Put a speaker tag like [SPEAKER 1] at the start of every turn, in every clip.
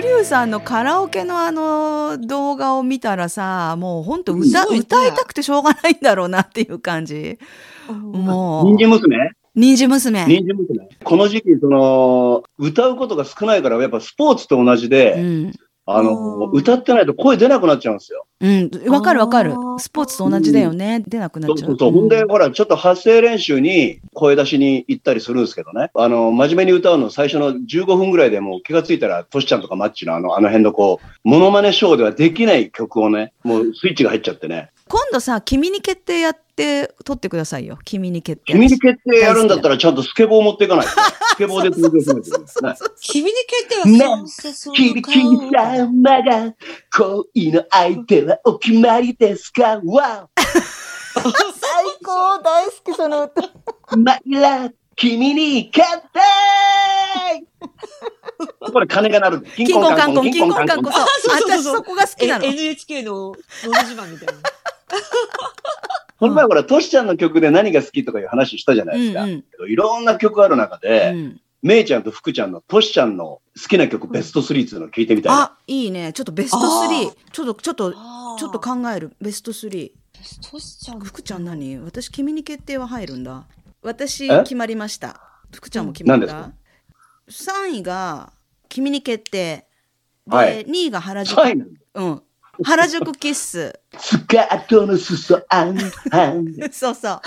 [SPEAKER 1] ルさんのカラオケのあの動画を見たらさ、もう本当歌、
[SPEAKER 2] うん
[SPEAKER 1] 歌いたくてしょうがないんだろうなっていう感じ。も
[SPEAKER 3] 人
[SPEAKER 1] う、
[SPEAKER 3] 参娘
[SPEAKER 1] 人参娘。
[SPEAKER 3] 人参娘この時期、その、歌うことが少ないから、やっぱスポーツと同じ
[SPEAKER 1] う
[SPEAKER 3] で、
[SPEAKER 1] ん。
[SPEAKER 3] あの、
[SPEAKER 2] うん
[SPEAKER 3] 歌ってないと声出なくなっちゃうんですよ。
[SPEAKER 1] うん。わかるわかる
[SPEAKER 2] あ。ー
[SPEAKER 1] スポーツと同じだよね。出なくな
[SPEAKER 3] そ
[SPEAKER 1] っ
[SPEAKER 3] う
[SPEAKER 1] ちゃう。
[SPEAKER 3] そうそう。ほんで、
[SPEAKER 1] うん
[SPEAKER 3] ほら、ちょっと発声練習に声出しに行ったりするんですけどね。あの、真面目に歌うの最初の15分ぐらいでもう気がついたら、トシちゃんとかマッチのあの、あの辺のこう、モノマネショーではできない曲をね、もうスイッチが入っちゃってね。
[SPEAKER 1] 今度さ、君に決定やって、撮ってくださいよ。君に決定。
[SPEAKER 3] 君に決定やるんだったらちゃんとスケボー持ってい かないと。スケボーで続けてく
[SPEAKER 1] そうそう
[SPEAKER 3] れ
[SPEAKER 1] そう
[SPEAKER 2] 君に決定は
[SPEAKER 3] キリキリ
[SPEAKER 2] よ。
[SPEAKER 3] 様が恋の相手はお決まりですかわ
[SPEAKER 2] 最高大好きその歌。
[SPEAKER 3] マイラ君に勝って これ鐘が鳴る。
[SPEAKER 1] 金婚観光、金婚観光、そう。
[SPEAKER 2] あそうそう
[SPEAKER 1] 私
[SPEAKER 2] そう
[SPEAKER 1] そこが好き
[SPEAKER 2] え
[SPEAKER 1] なの。
[SPEAKER 2] NHK ののど自慢みたいな。
[SPEAKER 3] この前ほら、トシちゃんの曲で何が好きとかいう話したじゃないですか。
[SPEAKER 1] うん
[SPEAKER 3] いろんな曲ある中
[SPEAKER 1] う
[SPEAKER 3] で、
[SPEAKER 1] ん。
[SPEAKER 3] めいちゃんと福ちゃんのトシちゃんの好きな曲ベスト3っていうのを聞いてみたいな。
[SPEAKER 1] あ、いいね。ちょっとベスト
[SPEAKER 2] あー
[SPEAKER 1] 3。ちょっと、ちょっと、ちょっと
[SPEAKER 2] か。
[SPEAKER 1] 考える。ベスト3。
[SPEAKER 2] トシちゃん。
[SPEAKER 1] 福ちゃん何私君に決定は入るんだ私
[SPEAKER 3] え
[SPEAKER 1] 決まりました福ちゃんも決まっ
[SPEAKER 3] 何
[SPEAKER 1] た3位が君に決定で、
[SPEAKER 3] はい
[SPEAKER 1] 2位が原宿、
[SPEAKER 3] はい。
[SPEAKER 1] うん、原宿キッス
[SPEAKER 3] スカートの裾あんあん。
[SPEAKER 1] そうそうあ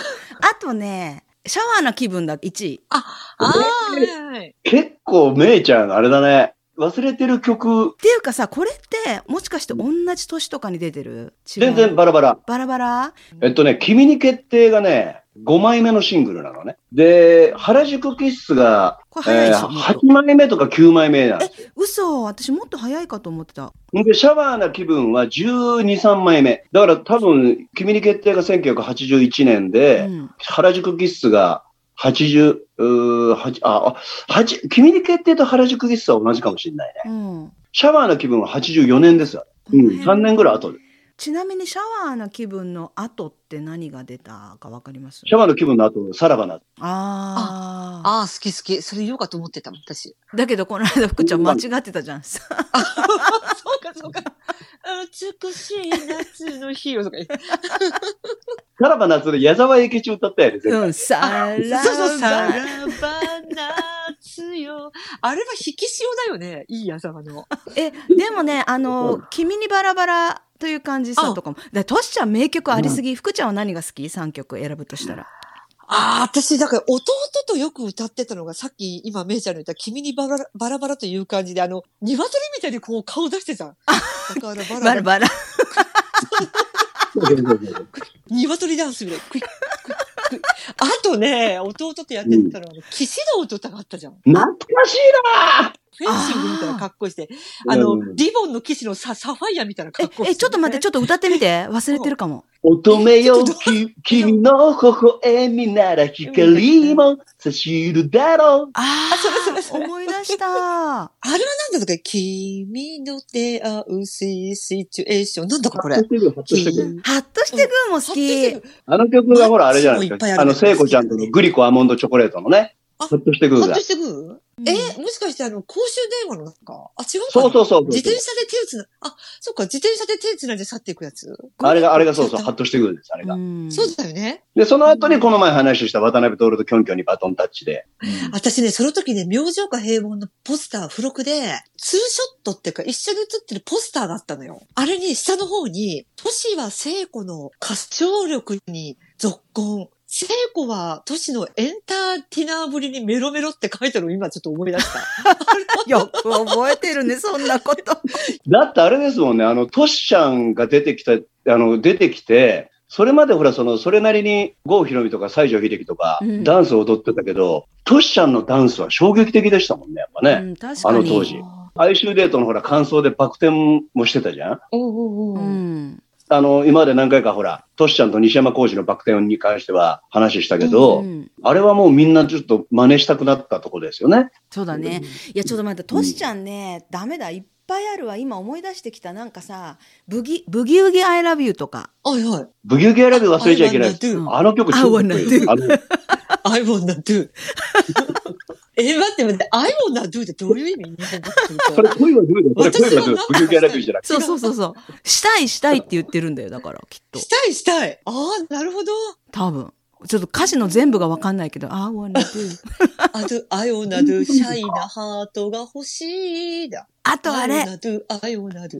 [SPEAKER 1] とねシャワーな気分だ1位
[SPEAKER 2] ああ、はいはいはい。
[SPEAKER 3] 結構めいちゃん、あれだね。忘れてる曲、
[SPEAKER 1] っていうかさこれってもしかして同じ年とかに出てる違う
[SPEAKER 3] 全然バラバラ。
[SPEAKER 1] バラバラ
[SPEAKER 3] えっとね、君に決定がね、5枚目のシングルなのね。で、原宿キッスが、
[SPEAKER 1] これ早い
[SPEAKER 3] え
[SPEAKER 1] で
[SPEAKER 3] ー
[SPEAKER 1] しょ、もっと
[SPEAKER 3] 8枚目とか9枚目なんですよ。
[SPEAKER 1] 嘘私もっと早いかと思ってた
[SPEAKER 3] ほんで、シャワーな気分は12、3枚目。だから多分、君に決定が1981年で、
[SPEAKER 1] うん
[SPEAKER 3] 原宿キッスが80、うーはちあ、あはち君に決定と原宿キッスは同じかもしれないね。
[SPEAKER 1] うん
[SPEAKER 3] シャワーな気分は84年ですよ。うん、3年ぐらい後で。
[SPEAKER 1] ちなみにシャワーな気分の後って何が出たかわかります
[SPEAKER 3] シャワーの気分の後、さらばな。
[SPEAKER 1] ああ
[SPEAKER 2] ああ、好き好き。それ言おうかと思ってたもん、私。
[SPEAKER 1] だけどこの間福ちゃん間違ってたじゃん。さ
[SPEAKER 2] そうか、そうか。美しい夏の日よとか言って。
[SPEAKER 3] さらば夏で矢沢永吉歌ったよね、前回
[SPEAKER 1] うん、さら
[SPEAKER 2] そうそう、さ
[SPEAKER 1] ば。
[SPEAKER 2] らば夏よ。あれは引き潮だよね。いい矢沢の。
[SPEAKER 1] え、でもね、あの、君にバラバラという感じさ
[SPEAKER 2] あ
[SPEAKER 1] とかも。で、トシちゃん名曲ありすぎ。福ちゃんは何が好き ?3 曲選ぶとしたら。
[SPEAKER 2] ああ、私、だから弟とよく歌ってたのが、さっき今、めいちゃんの言った、君にバラバラバラという感じで、あの、鶏みたいにこう顔出してた。だからバラ
[SPEAKER 1] バラバラ。
[SPEAKER 3] そうそうそうそう
[SPEAKER 2] 鶏ダンスみたいな。クイックイックイッあとね、弟とやってたのは、あの騎士道って歌があったじゃん。
[SPEAKER 3] 懐かしいなぁ
[SPEAKER 2] フェンシングみたいな格好して、
[SPEAKER 3] あー
[SPEAKER 2] あの、
[SPEAKER 3] うん
[SPEAKER 2] リボンの騎士のササファイアみたいな格好して、
[SPEAKER 1] え、え、ちょっと待って、ちょ
[SPEAKER 2] ょ
[SPEAKER 1] っと歌ってみて。忘れてるかも。
[SPEAKER 3] 乙女よ
[SPEAKER 2] ちょっ、
[SPEAKER 3] き 君の微笑みなら光も差しるだろう。
[SPEAKER 1] あ
[SPEAKER 2] それそれ
[SPEAKER 1] あ、
[SPEAKER 2] それ
[SPEAKER 1] 思い出した。
[SPEAKER 2] あれはなんだっけ君の出会うシチュエーション。なんだかこれ
[SPEAKER 3] ハッ。としてくるハッとし
[SPEAKER 1] ハッとし
[SPEAKER 3] てくる
[SPEAKER 2] 君
[SPEAKER 1] てグーも好
[SPEAKER 2] ハッとして
[SPEAKER 1] き
[SPEAKER 2] く。る
[SPEAKER 3] あの曲がほらあれじゃないです
[SPEAKER 2] マッチもいっぱいあ
[SPEAKER 3] か。
[SPEAKER 2] る
[SPEAKER 3] あの、聖子ちゃんとのグリコアーモンドチョコレートのね。
[SPEAKER 2] あ
[SPEAKER 3] ハッとしてくる
[SPEAKER 2] ハッ
[SPEAKER 3] が
[SPEAKER 2] と。してくるえ、もしかしてあの、公衆電話のなんかあ、違うかな
[SPEAKER 3] そうそうそう。
[SPEAKER 2] 自転車で手をつな、あ、そっか、自転車で手つないで去っていくやつ。
[SPEAKER 3] あれが、あれがそうそう、
[SPEAKER 2] ちょ
[SPEAKER 3] ハ
[SPEAKER 2] っ
[SPEAKER 3] ッとしてくるです、あれ
[SPEAKER 1] う
[SPEAKER 3] が。
[SPEAKER 1] ん
[SPEAKER 2] とそうだよね。
[SPEAKER 3] で、その後にこの前話した渡辺徹とキョンキョンにバトンタッチで。
[SPEAKER 2] 私ね、その時ね、明星か平凡のポスター、付録で、ツーショットっていうか、一緒に写ってるポスターがあったのよ。あれに、下の方に、トシは聖子の歌唱力に続婚。聖子はトシのエンターティナーぶりにメロメロって書いてるのを今ちょっと思い出した。
[SPEAKER 1] よく覚えてるね、そんなこと。
[SPEAKER 3] だってあれですもんね、あの、トシちゃんが出てきた、あの、出てきて、それまでほら、その、それなりに、郷ひろみとか西城秀樹とか
[SPEAKER 1] う、ん
[SPEAKER 3] ダンスを踊ってたけど、トシちゃんのダンスは衝撃的でしたもんね、やっぱ
[SPEAKER 1] う
[SPEAKER 3] ね。
[SPEAKER 1] ん、確
[SPEAKER 3] あ
[SPEAKER 1] か
[SPEAKER 3] の
[SPEAKER 1] に
[SPEAKER 3] 当。時。哀愁デートのほら、感想でバク転もしてたじゃん
[SPEAKER 2] おうおうおう
[SPEAKER 1] うん。
[SPEAKER 3] あの、今まで何回かほら、トシちゃんと西山浩二のバク転に関しては話したけど、
[SPEAKER 1] うん
[SPEAKER 3] あれはもうみんなちょっと真似したくなったとこですよね。
[SPEAKER 1] そうだね。いやちょっと待って、トシちゃんね、ダメだ、いっぱいあるわ。今思い出してきた、なんかさ、ブギ、ブギウギアイラビューとか。
[SPEAKER 2] はいはい。
[SPEAKER 3] ブギウギ選び忘れちゃいけない
[SPEAKER 2] I wanna do
[SPEAKER 3] あの曲すごくいい
[SPEAKER 1] I wanna do
[SPEAKER 3] あの
[SPEAKER 2] I wanna do. え、待って待って、I will not do ってどういう意味日本語って言うと
[SPEAKER 3] それ恋はどうだよ。それ
[SPEAKER 2] 私
[SPEAKER 3] 恋はどう
[SPEAKER 2] は
[SPEAKER 3] だよ。
[SPEAKER 2] な
[SPEAKER 3] ブギウギアイラブユーじゃなくて。
[SPEAKER 1] そうそうそうそう。 したいしたいって言ってるんだよ、だから、きっと。
[SPEAKER 2] したいしたい。ああ、なるほど。
[SPEAKER 1] 多分。ちょっと歌詞の全部がわかんないけど、I wanna do.
[SPEAKER 2] あと、アイオナドゥ、シャイなハートが欲しいだ。
[SPEAKER 1] あとあ
[SPEAKER 2] アイオ
[SPEAKER 1] れ、
[SPEAKER 2] ナドゥ、アイオナドゥ。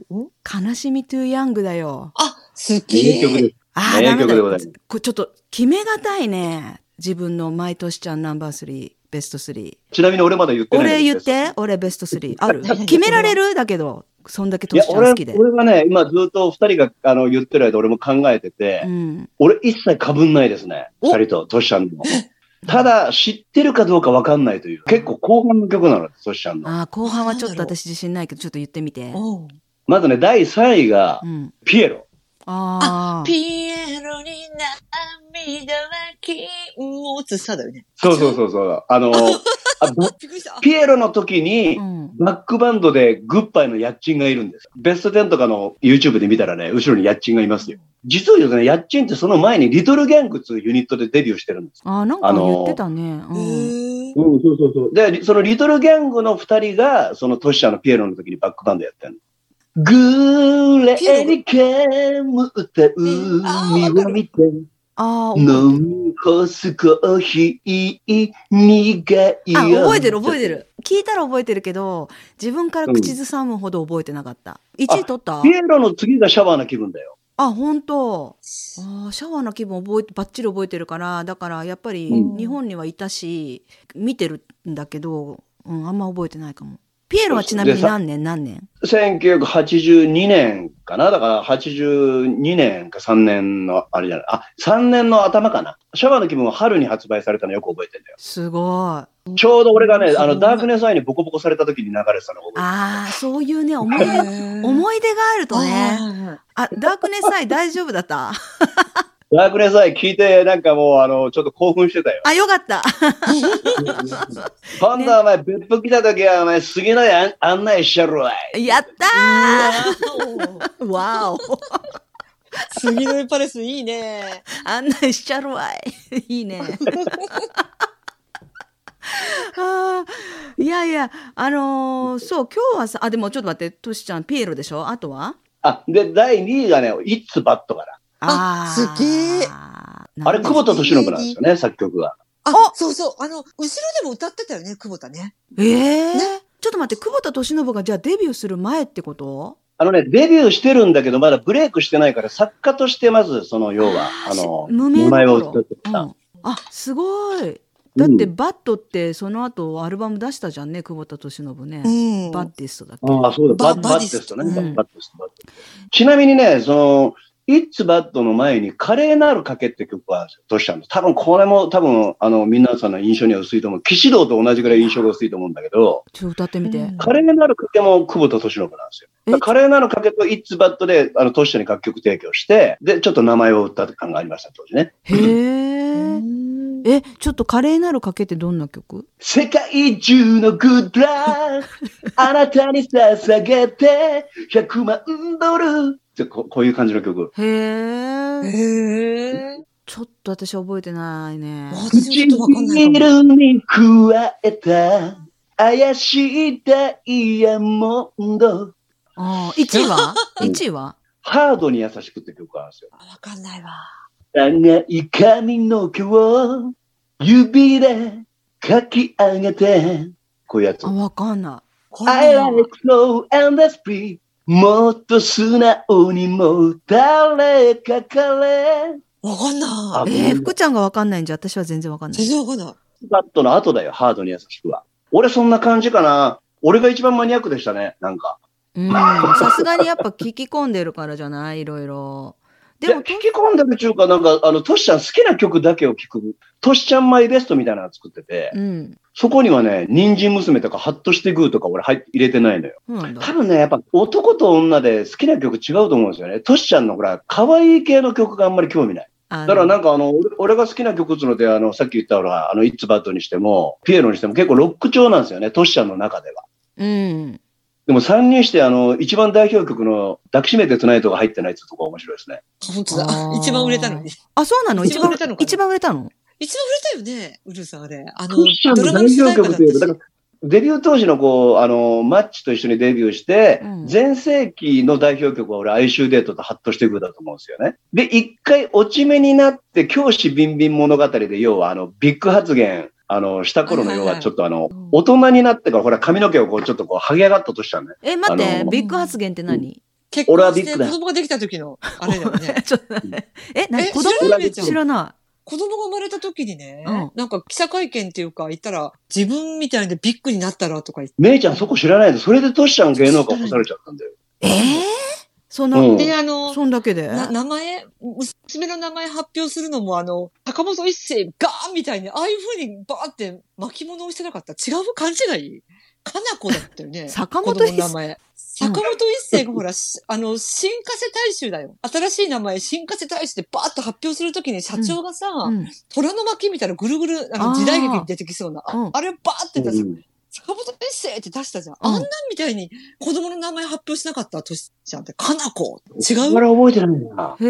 [SPEAKER 2] ん
[SPEAKER 1] 悲しみ to young だよ。
[SPEAKER 2] あ、すげ
[SPEAKER 3] 名曲
[SPEAKER 2] え。
[SPEAKER 3] です。
[SPEAKER 1] ああ、
[SPEAKER 3] 名
[SPEAKER 1] ダメ
[SPEAKER 3] 曲
[SPEAKER 1] だ
[SPEAKER 3] でござ
[SPEAKER 1] よ
[SPEAKER 3] います。
[SPEAKER 1] これちょっと、決めがたいね。自分の毎年ちゃんナンバー3、ベスト3。
[SPEAKER 3] ちなみに俺まだ言ってないんだ
[SPEAKER 1] 俺
[SPEAKER 3] けど。
[SPEAKER 1] 言って、俺ベスト3。ある。決められるだけど、そんだけ
[SPEAKER 3] い
[SPEAKER 1] ト
[SPEAKER 3] や
[SPEAKER 1] シ、ちゃん
[SPEAKER 3] 俺
[SPEAKER 1] 好
[SPEAKER 3] は
[SPEAKER 1] きで。
[SPEAKER 3] 俺はね、今ずっと二人があの言ってる間、俺も考えてて、
[SPEAKER 1] うん。
[SPEAKER 3] 俺一切被んないですね。
[SPEAKER 1] お
[SPEAKER 3] 二人と、トシちゃんの。ただ、知ってるかどうかわかんないという。結構後半の曲なの、トシちゃんの。
[SPEAKER 1] ああ、後半はちょっと
[SPEAKER 2] あなんだろう
[SPEAKER 1] 私自信ないけど、ちょっと言ってみて。
[SPEAKER 2] うん
[SPEAKER 3] まずね、第3位が
[SPEAKER 1] う、ん。
[SPEAKER 3] ピエロ。
[SPEAKER 1] ああ。
[SPEAKER 2] ピエロに涙は金をつさだよね。
[SPEAKER 3] そうそうそうそう。あ の、あ
[SPEAKER 2] あ、びっくりした。
[SPEAKER 3] ピエロの時に
[SPEAKER 1] う、ん。
[SPEAKER 3] バックバンドでグッバイのヤッチンがいるんです。ベスト10とかの YouTube で見たらね、後ろにヤッチンがいますよ。実を言うとね、ヤッチンってその前にリトルギャングというユニットでデビューしてるんです。
[SPEAKER 1] ああ、なんか言ってたね。
[SPEAKER 2] う
[SPEAKER 1] うん。
[SPEAKER 2] ーん。
[SPEAKER 3] うん、そうそうそう。で、そのリトルギャングの二人が、そのトシちゃんのピエロの時にバックバンドやってるの。グレに煙って海を見て、
[SPEAKER 1] ああ、
[SPEAKER 3] 飲み干すコーヒー、苦い
[SPEAKER 1] あ、
[SPEAKER 3] よ
[SPEAKER 1] 覚えてる覚えて。る。聞いたら覚えてるけど、自分から口ずさむほど覚えてなかった。1位取った
[SPEAKER 3] ピエロの次がシャワーな気分だよ。
[SPEAKER 1] あ、本当。あーシャワーの気分覚えて、ばっちり覚えてるから、だからやっぱり
[SPEAKER 3] うん
[SPEAKER 1] 日本にはいたし、見てるんだけど、うん、あんま覚えてないかも。ピエロはちなみに
[SPEAKER 3] でさ
[SPEAKER 1] 何年何年
[SPEAKER 3] 1982年かなだから82年か3年の、あれじゃない。あ、3年の頭かな。シャワーの気分は春に発売されたのよく覚えてんだよ。
[SPEAKER 1] すごい。
[SPEAKER 3] ちょうど俺がね
[SPEAKER 2] す、ごい
[SPEAKER 3] あの、ダークネスアイにボコボコされた時に流れてたのを覚えてる
[SPEAKER 1] ああ、そういうね、 思い出、思い出があるとね。
[SPEAKER 2] ね。
[SPEAKER 1] あ、ダークネスアイ大丈夫だった
[SPEAKER 3] ダークネスアイ聞いて、なんかもう、あの、ちょっと興奮してた よ。
[SPEAKER 1] あ、よかった。
[SPEAKER 3] 今度はお前、別府来た時は、お前、杉野屋案内してやるわい。
[SPEAKER 1] やった
[SPEAKER 2] うわ
[SPEAKER 1] ーわお。
[SPEAKER 2] お杉のパレスいいね。
[SPEAKER 1] 案内しちゃるわい。 いいね。あーいやいや、あのーそう、今日はさ、あ、でもちょっと待って、トシちゃん、ピエロでしょあとは
[SPEAKER 3] あ、で、第2位がね、イッツバットから。
[SPEAKER 2] あ
[SPEAKER 1] ー
[SPEAKER 2] すげえ
[SPEAKER 3] あれ、久保田敏信なんですよね、作曲が。
[SPEAKER 2] あ
[SPEAKER 1] お、
[SPEAKER 2] そうそう。あの、後ろでも歌ってたよね、久保田ね。
[SPEAKER 1] ええちょっと待って、久保田敏信がじゃあデビューする前ってこと
[SPEAKER 3] あのね、デビューしてるんだけど、まだブレイクしてないから、作家としてまず、その、要は、あの、
[SPEAKER 1] 無名
[SPEAKER 3] 名前を
[SPEAKER 1] の
[SPEAKER 3] 歌
[SPEAKER 1] 頃
[SPEAKER 3] って
[SPEAKER 1] う
[SPEAKER 3] た。
[SPEAKER 1] ん、あ、すごい。だって、
[SPEAKER 3] うん
[SPEAKER 1] バットってその後アルバム出したじゃんね、久保田敏信ね。
[SPEAKER 2] ん
[SPEAKER 1] バッティストだっけ
[SPEAKER 3] ああ、そうだ、バ
[SPEAKER 2] バ
[SPEAKER 3] ッ
[SPEAKER 2] バ
[SPEAKER 3] バッ
[SPEAKER 2] ディ
[SPEAKER 3] テ
[SPEAKER 2] ス
[SPEAKER 3] ス
[SPEAKER 2] ト
[SPEAKER 3] トね。バ
[SPEAKER 1] うん
[SPEAKER 3] ッバッテスト、バッテスト。ちなみにね、その、イッツバッドの前に、華麗なる賭けって曲はどうしたんです多分これも多分、あの、皆さんの印象には薄いと思う。騎士道と同じぐらい印象が薄いと思うんだけど、
[SPEAKER 1] ちょっと歌ってみて。
[SPEAKER 2] うん
[SPEAKER 3] 華麗なる賭けも久保田敏信なんですよ。
[SPEAKER 1] え
[SPEAKER 3] だから華麗なる賭けとイッツバッドで、あの、トシに楽曲提供して、で、ちょっと名前を打った感がありました、当時ね。
[SPEAKER 1] へえ。
[SPEAKER 2] うん
[SPEAKER 1] え、ちょっと華麗なる賭けってどんな曲
[SPEAKER 3] 世界中のグッドラック、あなたに捧げて、100万ドルってこ、こういう感じの曲。
[SPEAKER 1] へえ。
[SPEAKER 2] へえ。
[SPEAKER 1] ちょっと私覚えてないね。
[SPEAKER 2] 私もちょっとわかんないかも。
[SPEAKER 3] 唇に加えた、怪しいダイヤモンド。
[SPEAKER 1] ああ、1位は
[SPEAKER 3] うん
[SPEAKER 1] ?1 位は
[SPEAKER 3] ハードに優しくって曲があるんですよ。
[SPEAKER 2] あわかんないわ。
[SPEAKER 3] 長い髪の毛を指でかき上げて、こういうやつ
[SPEAKER 1] あ、。わかんな
[SPEAKER 2] こ
[SPEAKER 3] I like slow and speed もっと素直にもう誰かから
[SPEAKER 2] わかんな
[SPEAKER 3] あ
[SPEAKER 1] い。
[SPEAKER 2] い。
[SPEAKER 1] えー、福ちゃんがわかんないんじゃ私は全然わかんない
[SPEAKER 2] 全。然わかんない。
[SPEAKER 3] バットの後だよ、ハードに優しくは。俺そんな感じかな。俺が一番マニアックでしたね、なんか。
[SPEAKER 1] うん。さすがにやっぱ聞き込んでるからじゃないいろいろ。で
[SPEAKER 3] でも
[SPEAKER 1] も、
[SPEAKER 3] 聞き込んでる中か、なんか、あの、トシちゃん好きな曲だけを聞く、トシちゃんマイベストみたいなの作ってて、
[SPEAKER 1] うん。
[SPEAKER 3] そこにはね、人参娘とか、ハッとしてグーとか俺入っ入れてないのよ。
[SPEAKER 1] そうなんだ。
[SPEAKER 3] 多分ね、やっぱ男と女で好きな曲違うと思うんですよね。トシちゃんのほら、可愛い系の曲があんまり興味ない。
[SPEAKER 1] だ
[SPEAKER 3] だからなん
[SPEAKER 1] か、
[SPEAKER 3] かあの、俺俺が好きな曲っつうので、あの、さっき言ったほら、あの、イッツバッドにしても、ピエロにしても結構ロック調なんですよね、トシちゃんの中では。
[SPEAKER 1] うん。
[SPEAKER 3] でも3人して、あの、一番代表曲の抱きしめてトゥナイトが入ってないってとこが面白いですね。
[SPEAKER 2] 本当だ
[SPEAKER 1] あー。
[SPEAKER 2] 一番売れたのに。
[SPEAKER 1] あ、そうなの一
[SPEAKER 2] 一番
[SPEAKER 1] 番
[SPEAKER 2] 売れたのかな
[SPEAKER 1] 一番売れたの
[SPEAKER 2] 一番売れたよね、ウルーさんあれ。あの、
[SPEAKER 3] トシちゃん
[SPEAKER 2] ド
[SPEAKER 3] の代
[SPEAKER 2] ラマの主題
[SPEAKER 3] 表
[SPEAKER 2] 歌だ
[SPEAKER 3] 曲
[SPEAKER 2] っ
[SPEAKER 3] といえば、だか
[SPEAKER 2] た
[SPEAKER 3] ら、デビュー当時のこう、あの、マッチと一緒にデビューして、
[SPEAKER 1] うん
[SPEAKER 3] 全盛期の代表曲は俺、哀愁デートとハッとしてくるだと思うんですよね。で、一回落ち目になって、教師ビンビン物語で、要はあの、ビッグ発言、あの、した頃の
[SPEAKER 2] はい
[SPEAKER 3] 要
[SPEAKER 2] はいはい
[SPEAKER 3] はちょっとあの、大人になってから、ほら、髪の毛をこう、ちょっとこう、剥げ上がったとしたね。
[SPEAKER 1] え、待って、
[SPEAKER 3] あの
[SPEAKER 1] ビッグ発言って何、
[SPEAKER 2] 結婚して
[SPEAKER 3] 俺はビッグ
[SPEAKER 2] 子
[SPEAKER 3] だ
[SPEAKER 2] 供ができた時の、あれだよね。
[SPEAKER 1] ちょっと待ってえ、何
[SPEAKER 2] え
[SPEAKER 1] 子供
[SPEAKER 2] 知
[SPEAKER 3] らない
[SPEAKER 1] 知らな
[SPEAKER 2] 子供が生まれた時にね、
[SPEAKER 1] うん
[SPEAKER 2] なんか記者会見っていうか、言ったら、自分みたいでビッグになったらとか言って、
[SPEAKER 3] めいちゃんそこ知らないの。それでトシちゃん芸能界干されちゃったんだよ。
[SPEAKER 1] い。えー、そんな、
[SPEAKER 3] うん
[SPEAKER 2] で、あの、
[SPEAKER 1] そんだけで
[SPEAKER 2] な名前、娘の名前発表するのも、あの、高本一世ガーンみたいに、ああいう風にバーって巻物をしてなかった。違う感じがいいかな子だったよ ね。
[SPEAKER 1] 坂本一
[SPEAKER 2] 子
[SPEAKER 1] 世
[SPEAKER 2] 供の名前。坂本一世がほら、しあの、新加瀬大衆だよ。新しい名前、新加瀬大衆でバーッと発表するときに社長がさ、
[SPEAKER 1] うん、
[SPEAKER 2] 虎の巻みたいなぐるぐる、あの、時代劇に出てきそうな。あ,、
[SPEAKER 1] うん
[SPEAKER 2] れをバーって出す。
[SPEAKER 3] うん
[SPEAKER 2] 坂本一世って出したじゃん。
[SPEAKER 1] うん
[SPEAKER 2] あんなんみたいに子供の名前発表しなかったとしちゃんって、かなこ。違う
[SPEAKER 3] あれ覚えてないんだな。
[SPEAKER 1] へ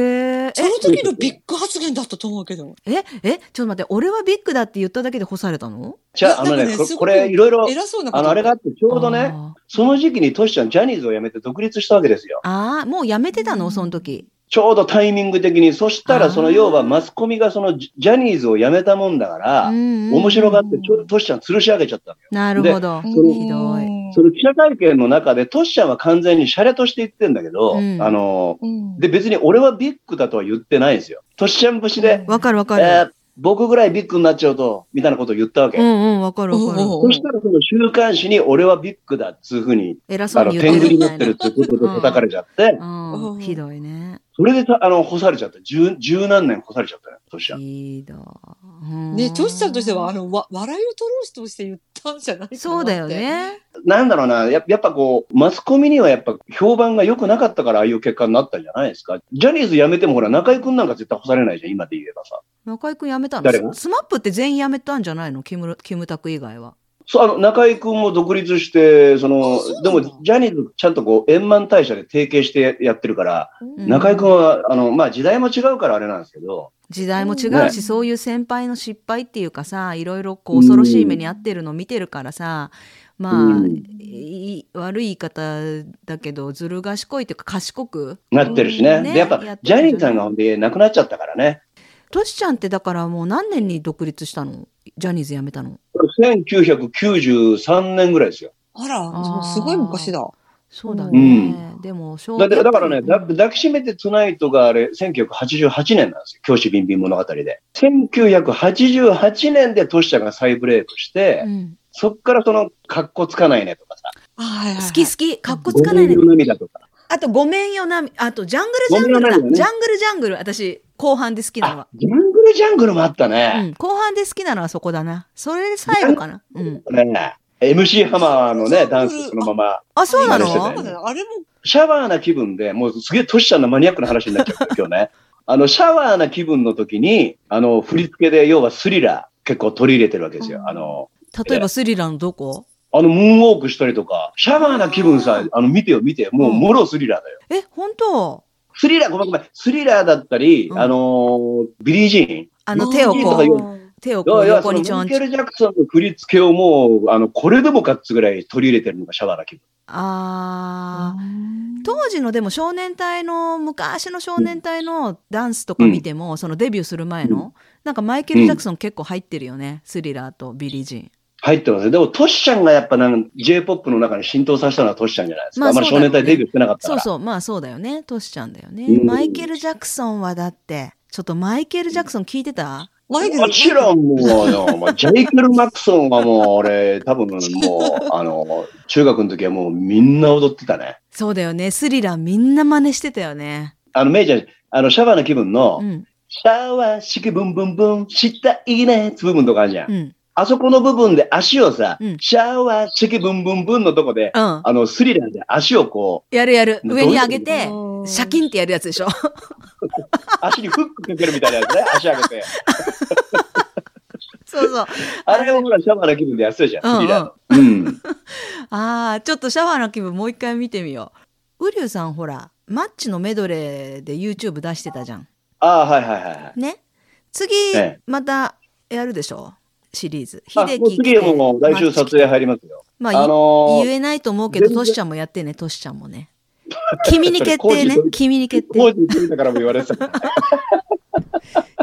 [SPEAKER 1] え、
[SPEAKER 2] その時のビッグ発言だったと思うけど。
[SPEAKER 1] え、え、ちょっと待って、俺はビッグだって言っただけで干されたの
[SPEAKER 3] じゃあ、あの
[SPEAKER 2] なんか
[SPEAKER 3] ね、
[SPEAKER 2] ね
[SPEAKER 3] こ
[SPEAKER 2] すごく
[SPEAKER 3] これ、いろいろ、
[SPEAKER 2] 偉そうなこと。
[SPEAKER 3] あの、あれがあって、ちょうどね、
[SPEAKER 1] あ
[SPEAKER 3] その時期にトシちゃん、ジャニーズを辞めて独立したわけですよ。
[SPEAKER 1] ーあー、もうやめてたのその時。
[SPEAKER 3] ちょうどタイミング的に。そした
[SPEAKER 1] あー
[SPEAKER 3] ら、その要はマスコミがそのジジャニーズを辞めたもんだから、面
[SPEAKER 1] 面
[SPEAKER 3] 白がって、ちょうどトシちゃん吊るし上げちゃったのよ。
[SPEAKER 1] なるほど。
[SPEAKER 3] その
[SPEAKER 1] ひどい。
[SPEAKER 2] い
[SPEAKER 3] その記者会見の中で、トシちゃんは完全にシャレとして言ってんだけど、
[SPEAKER 1] うん
[SPEAKER 3] あの、
[SPEAKER 2] うん
[SPEAKER 3] で、別に俺はビッグだとは言ってないんですよ。トシちゃん節で、
[SPEAKER 1] わかるわ
[SPEAKER 3] え
[SPEAKER 1] かる。
[SPEAKER 3] ー僕ぐらいビッグになっちゃうと、みたいなことを言ったわけ。
[SPEAKER 1] うんうん、わかるわかる。
[SPEAKER 2] おうおう
[SPEAKER 3] そしたらその週刊誌に俺はビッグだっつうふうに、
[SPEAKER 1] 偉そ
[SPEAKER 3] あ
[SPEAKER 1] う
[SPEAKER 3] の、
[SPEAKER 1] に言っ
[SPEAKER 3] 天狗
[SPEAKER 1] てる
[SPEAKER 3] に
[SPEAKER 1] み
[SPEAKER 3] な
[SPEAKER 1] た
[SPEAKER 3] っ
[SPEAKER 1] い
[SPEAKER 3] て
[SPEAKER 1] な。
[SPEAKER 3] るってことで叩かれちゃって、
[SPEAKER 1] うん、ひどいね。
[SPEAKER 3] それでさ、あの、干されちゃった。十、十何年干されちゃったよ、トシちゃん。
[SPEAKER 1] ひどい。
[SPEAKER 2] ね、トシちゃんとしては、あ
[SPEAKER 1] る。
[SPEAKER 2] の、わ、笑いを取ろうしとして言ったんじゃないかなって
[SPEAKER 1] そうだよ。ね。
[SPEAKER 3] なんだろうな、ややっぱこう、マスコミにはやっぱ評判が良くなかったから、ああいう結果になったんじゃないですか。ジャニーズ辞めてもほら、中居くんなんか絶対干されないじゃん、今で言えばさ。
[SPEAKER 1] 中居くん辞めた
[SPEAKER 3] 誰
[SPEAKER 1] の
[SPEAKER 3] が
[SPEAKER 1] スマップって全員辞めたんじゃないのキムキムタク以外は。
[SPEAKER 3] そう、あの、中居くんも独立して、そ
[SPEAKER 2] あそうな
[SPEAKER 3] の、
[SPEAKER 2] ん
[SPEAKER 3] で
[SPEAKER 2] だ
[SPEAKER 3] も、ジャニーズちゃんとこう、円満退社で提携してやってるから、
[SPEAKER 1] うん
[SPEAKER 3] 中居くんは、あの、まあ、時代も違うからあれなんですけど、
[SPEAKER 1] 時代も違う
[SPEAKER 3] ね
[SPEAKER 1] し、そういう先輩の失敗っていうかさいろいろこう恐ろしい目に遭ってるの見てるからさまあ、
[SPEAKER 3] うん
[SPEAKER 1] いい悪い言い方だけどずる賢いというか賢く
[SPEAKER 3] なってるしね。
[SPEAKER 1] うんね
[SPEAKER 3] で、やっぱ
[SPEAKER 1] やってる、
[SPEAKER 3] ジャニーさんがほんで、亡くなっちゃったからね。
[SPEAKER 1] トシちゃんってだからもう何年に独立したのジャニーズ辞めたの
[SPEAKER 3] 1993年ぐらいですよ。
[SPEAKER 2] あら、
[SPEAKER 1] ー
[SPEAKER 2] そうすごい昔だ。
[SPEAKER 1] そうだね、でも小
[SPEAKER 3] だってだからね、
[SPEAKER 1] や
[SPEAKER 3] だ
[SPEAKER 1] っぱり
[SPEAKER 3] 抱きしめてトゥナイトがあれ、1988年なんですよ。教師ビンビン物語で。1988年でトシちゃんが再ブレイクして、
[SPEAKER 1] うん
[SPEAKER 3] そっからその、かっこつかないねとかさ、
[SPEAKER 2] あはいはいはい
[SPEAKER 1] 好き好きかっこつかないね
[SPEAKER 3] ゴミの涙とか。
[SPEAKER 1] あとごめんよなあとジャングルジャングルだ、
[SPEAKER 3] ごめんよなみだね
[SPEAKER 1] ジャングルジャングル私後半で好きなの
[SPEAKER 3] あ
[SPEAKER 1] は、、
[SPEAKER 3] ジャングルジャングルもあった
[SPEAKER 1] う
[SPEAKER 3] ね。
[SPEAKER 1] ん、後半で好きなのはそこだなそれで最後かなうん
[SPEAKER 3] ね MC ハマーの
[SPEAKER 2] ジ
[SPEAKER 3] ね、
[SPEAKER 2] ャングル
[SPEAKER 3] ダンスそのまま。
[SPEAKER 1] あそうな
[SPEAKER 3] あれしてたよ
[SPEAKER 1] の
[SPEAKER 3] ね
[SPEAKER 2] あれも、
[SPEAKER 3] シャワーな気分で、もうすげえトシちゃんのマニアックな話になっちゃった今日 ね。あの、シャワーな気分の時に、あの、振り付けで、要はスリラー結構取り入れてるわけですよ。あの、
[SPEAKER 1] 例えばスリラーのどこ
[SPEAKER 3] あの、ムーンウォークしたりとか、シャワーな気分さ、あの、見てよ見てよ、もう、もろスリラーだよ。
[SPEAKER 1] え本当
[SPEAKER 3] スリラー、ごめんごめん、スリラーだったり、
[SPEAKER 1] うん
[SPEAKER 3] あのービリー・ジーン。
[SPEAKER 1] あの手を
[SPEAKER 3] と
[SPEAKER 1] こ
[SPEAKER 3] か
[SPEAKER 1] う
[SPEAKER 3] 言う
[SPEAKER 1] 手を
[SPEAKER 3] 要
[SPEAKER 1] こ
[SPEAKER 3] は
[SPEAKER 1] う
[SPEAKER 3] 要は
[SPEAKER 1] 横
[SPEAKER 3] その
[SPEAKER 1] に
[SPEAKER 3] ミ
[SPEAKER 1] ちょ
[SPEAKER 3] ャ
[SPEAKER 1] んち
[SPEAKER 3] ケ
[SPEAKER 1] ょん
[SPEAKER 3] ル・ジャクソンの振り付けをもう、あの、これでもかっつぐらい取り入れてるのがシャワーな気分。
[SPEAKER 1] あー
[SPEAKER 2] うん
[SPEAKER 1] 当時のでも少年隊の昔の少年隊のダンスとか見ても、そのデビューする前の、なんかマイケル・ジャクソン結構入ってるよね、スリラーとビリー・ジーン
[SPEAKER 3] 入ってますね。でも、トシちゃんがやっぱなんか J-POP の中に浸透させたのはトシちゃんじゃないですか。
[SPEAKER 1] まあ
[SPEAKER 3] まあ、んまり
[SPEAKER 1] そう
[SPEAKER 3] 少
[SPEAKER 1] だろうね
[SPEAKER 3] 年隊デビューしてなかったか
[SPEAKER 1] そう
[SPEAKER 3] ら。
[SPEAKER 1] そうまあそうだよねトシちゃんだよね、
[SPEAKER 3] うん
[SPEAKER 1] マイケル・ジャクソンはだってちょっとマイケル・ジャクソン聞いてた
[SPEAKER 2] マイケル
[SPEAKER 3] もちろん もうよ、もうジャイケル・マクソンはもう俺、多分もう、あの、中学の時はもうみんな踊ってたね。
[SPEAKER 1] そうだよねスリラーみんな真似してたよね
[SPEAKER 3] あの、メイちゃん、あの、シャワーの気分の、
[SPEAKER 1] うん
[SPEAKER 3] シャワー式ブンブンブン、したいねって部分とかあるじゃん。
[SPEAKER 1] うん
[SPEAKER 3] あそこの部分で足をさ、
[SPEAKER 1] うん
[SPEAKER 3] シャワー式ブンブンブンのとこで、
[SPEAKER 1] うん
[SPEAKER 3] あの、スリラーで足 をこ
[SPEAKER 1] やるやる
[SPEAKER 3] どう
[SPEAKER 1] 上に上げ
[SPEAKER 2] あ
[SPEAKER 1] て
[SPEAKER 2] ー
[SPEAKER 1] シャキンってやるやつでしょ
[SPEAKER 3] う、足にフックかけるみたいなやつね、足 上げて。
[SPEAKER 1] そう そう
[SPEAKER 3] あれをほら、シャワーの気分でやってたじゃん、
[SPEAKER 1] うんうん
[SPEAKER 3] スリラーの。うん。
[SPEAKER 1] ああ、ちょっとシャワーの気分もう一回見てみよう。ウリュウさんほら、マッチのメドレーで YouTube 出してたじゃん。
[SPEAKER 3] ああ、はいはいはいはい。
[SPEAKER 1] ね。次、
[SPEAKER 3] ええ
[SPEAKER 1] またやるでしょシリーズ。
[SPEAKER 3] あもう次はもう来週撮影入りますよ。
[SPEAKER 1] まあ、
[SPEAKER 3] あの
[SPEAKER 1] 言
[SPEAKER 3] ー、
[SPEAKER 1] えないと思うけど、
[SPEAKER 3] 全然
[SPEAKER 1] トシちゃんもやってね、トシちゃんも ね。君に決定ね
[SPEAKER 3] それ工事。
[SPEAKER 1] 君に決
[SPEAKER 3] 工
[SPEAKER 1] 定。
[SPEAKER 3] 事ついたからも言われてたけど。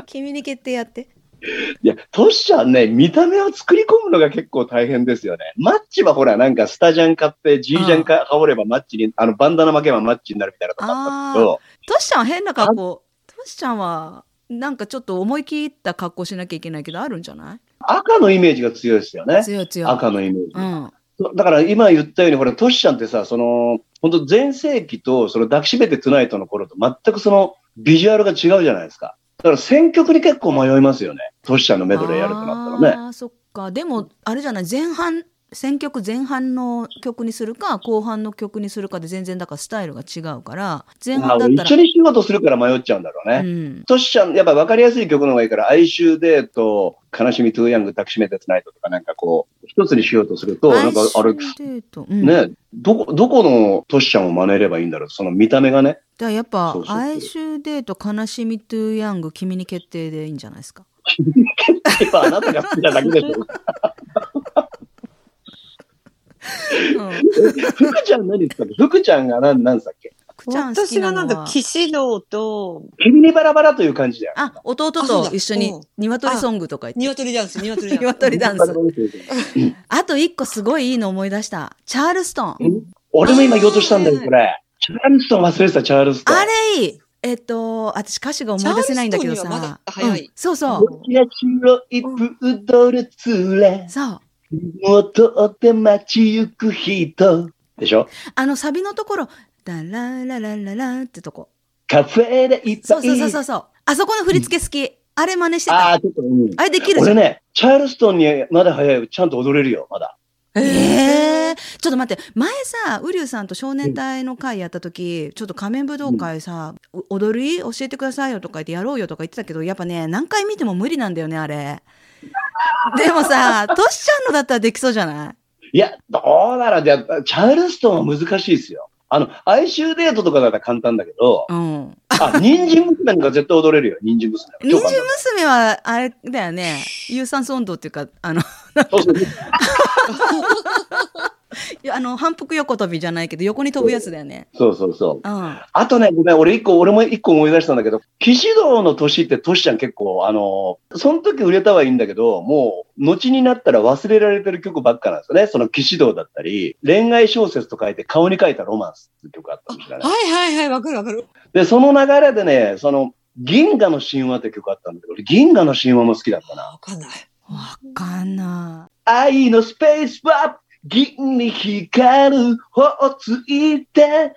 [SPEAKER 1] 君に決定やって。
[SPEAKER 3] いや、トシちゃんね、見た目を作り込むのが結構大変ですよね。マッチはほら、なんかスタジャン買って、ジージャンか羽織ればマッチに、あの、バンダナ巻けばマッチになるみたいなとこあったけど、
[SPEAKER 1] トシちゃんは変な格好。トシちゃんは、なんかちょっと思い切った格好しなきゃいけないけど、あるんじゃない
[SPEAKER 3] 赤のイメージが強いですよね。
[SPEAKER 1] 強い強い。
[SPEAKER 3] 赤のイメージ。
[SPEAKER 1] うん。
[SPEAKER 3] だから今言ったように、ほら、トシちゃんってさ、その、本当前世紀と、その抱きしめてトゥナイトの頃と全くそのビジュアルが違うじゃないですか。だから選曲に結構迷いますよね。トシちゃんのメドレーやるとなったらね。
[SPEAKER 1] ああ、そっか。でも、あれじゃない、前半、選曲前半の曲にするか、後半の曲にするかで全然、だからスタイルが違うから、前
[SPEAKER 3] まあ
[SPEAKER 1] 半だっ
[SPEAKER 3] 一
[SPEAKER 1] た
[SPEAKER 3] 緒
[SPEAKER 1] ら、
[SPEAKER 3] に仕事するから迷っちゃうんだろうね。
[SPEAKER 1] うん。
[SPEAKER 3] トシちゃん、やっぱ分かりやすい曲の方がいいから、哀愁デート、悲しみトゥーヤング、抱きしめてつないととか、なんかこう、一つにしようとすると、なんかあれ
[SPEAKER 1] 哀、愁デートうん
[SPEAKER 3] ね、どこ、どこのトシちゃんを真似ればいいんだろう、その見た目 がね。
[SPEAKER 1] だからやっぱ
[SPEAKER 3] そうそうそう
[SPEAKER 1] 哀愁デート悲しみトゥーヤング君に決定でいいんじゃないですか。
[SPEAKER 3] やっぱあなたが好きなだけでしょ。
[SPEAKER 1] うん、
[SPEAKER 3] 福ちゃん何ですか福ちゃんが何、何さっけ
[SPEAKER 1] くちゃん好き
[SPEAKER 2] 私
[SPEAKER 1] な
[SPEAKER 2] はなん
[SPEAKER 1] の
[SPEAKER 2] か
[SPEAKER 1] は、
[SPEAKER 2] 岸堂と、
[SPEAKER 3] 君にバラバラという感じだよ。
[SPEAKER 1] あ弟と一緒
[SPEAKER 2] あそう
[SPEAKER 1] に
[SPEAKER 2] だ
[SPEAKER 1] 鶏ソングとか言って。
[SPEAKER 2] 鶏ダンス、鶏ダン ス。
[SPEAKER 1] 鶏ダンス
[SPEAKER 3] バラバラという感じ
[SPEAKER 1] あと一個すごいいいの思い出した。チャールストン。
[SPEAKER 3] 俺も今言おうとしたんだよ、これ。チャールストン忘れてた、チャールストン。
[SPEAKER 1] あれいいえっと、私歌詞が思い出せないんだけど
[SPEAKER 2] チャールストンには
[SPEAKER 1] さ
[SPEAKER 2] まだ。早い
[SPEAKER 1] うんそうそう。
[SPEAKER 3] こちら白いプードル連れ。
[SPEAKER 1] そう。
[SPEAKER 3] 元って街行く人。でしょ
[SPEAKER 1] あのサビのところ、ダラララララってとこ。
[SPEAKER 3] カフェでいっぱ
[SPEAKER 1] そう
[SPEAKER 3] い。
[SPEAKER 1] そうそうそうそう。あそこの振り付け好き。あれ真似して
[SPEAKER 3] あ
[SPEAKER 1] た。
[SPEAKER 3] あ、ちょっと、うん。
[SPEAKER 1] あれできるじゃん
[SPEAKER 3] 俺。ね、チャールストンにまだ早いよ。ちゃんと踊れるよ、まだ。
[SPEAKER 1] ええちょっと待って前さ瓜生さんと少年隊の会やった時、ちょっと仮面武道会さ「お踊り教えてくださいよ」とか言って「やろうよ」とか言ってたけどやっぱね何回見ても無理なんだよねあれでもさトシちゃんのだったらできそうじゃない
[SPEAKER 3] いや、どうなら、じゃあチャールストンは難しいですよ。あの、哀愁デートとかだったら簡単だけど、
[SPEAKER 1] うん
[SPEAKER 3] あ、人参娘なんか絶対踊れるよ、人参娘。
[SPEAKER 1] 人参娘はあれだよね有酸素運動っていうかあの
[SPEAKER 3] そうそう
[SPEAKER 1] いやあの反復横跳びじゃないけど横に飛ぶやつだよね
[SPEAKER 3] そうそうそう。
[SPEAKER 1] うん
[SPEAKER 3] あとね、ごめん、俺一個、俺も一個思い出したんだけど、岸道の年って年ちゃん結構、あのーその時売れたはいいんだけど、もう、後になったら忘れられてる曲ばっかなんですよね。その岸道だったり、恋愛小説と書いて顔に書いたロマンスっていう曲があったんですよね。
[SPEAKER 2] はいはいはい、わかるわかる。
[SPEAKER 3] で、その流れでね、その、銀河の神話って曲あったんだけど、俺銀河の神話も好きだったな。
[SPEAKER 2] わかんない。
[SPEAKER 1] わかんな
[SPEAKER 3] 愛のスペースは銀に光る方をついて、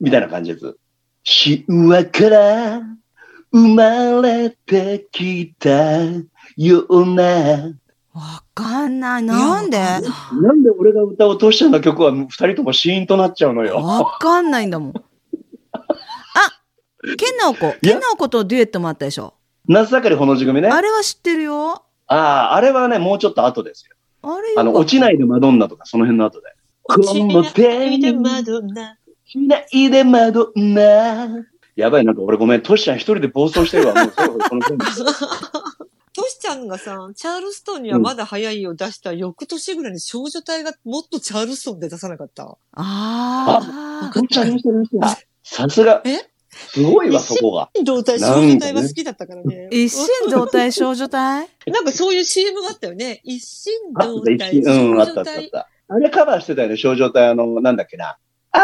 [SPEAKER 3] みたいな感じです。神話から生まれてきたような。
[SPEAKER 1] いわかんないなんで
[SPEAKER 2] いやわかんない
[SPEAKER 3] なんで俺が歌おうとしたんだ曲は二人ともシーンとなっちゃうのよ。
[SPEAKER 1] わかんないんだもん。あ、ケンナオコ。ケンナオコとデュエットもあったでしょ。
[SPEAKER 3] 夏だかりほの字組ね。
[SPEAKER 1] あ
[SPEAKER 3] あ
[SPEAKER 1] れは知ってるよ。
[SPEAKER 3] あー、あれはね、もうちょっと後ですよ。
[SPEAKER 1] あれよ。
[SPEAKER 3] あの、落ちないでマドンナとかその辺の後で。
[SPEAKER 2] 落ち
[SPEAKER 3] この手
[SPEAKER 2] ない
[SPEAKER 3] に
[SPEAKER 2] でマドンナ。
[SPEAKER 3] しないでマドンナ。やばい、なんか俺ごめん、トシちゃん一人で暴走してるわ。もうそろそろこの件
[SPEAKER 2] トシちゃんがさ、チャールストンにはまだ早いを出した翌年ぐらいに少女隊がもっとチャールストンで出さなかった。
[SPEAKER 1] あー
[SPEAKER 3] 本当にしてる人ださすが。
[SPEAKER 2] え
[SPEAKER 3] すごいわ、そこが。
[SPEAKER 2] 胴体、少女隊は好きだったからね。
[SPEAKER 1] 一心同体少女隊
[SPEAKER 2] なんかそういう CM があったよね。一心
[SPEAKER 3] あっ
[SPEAKER 2] 同
[SPEAKER 3] た、
[SPEAKER 2] 体
[SPEAKER 3] 一
[SPEAKER 2] 少
[SPEAKER 3] うん、あった、あ
[SPEAKER 2] 女
[SPEAKER 3] った、あっ
[SPEAKER 2] 隊。
[SPEAKER 3] た。あれカバーしてたよね、少女隊、あの、なんだっけな。I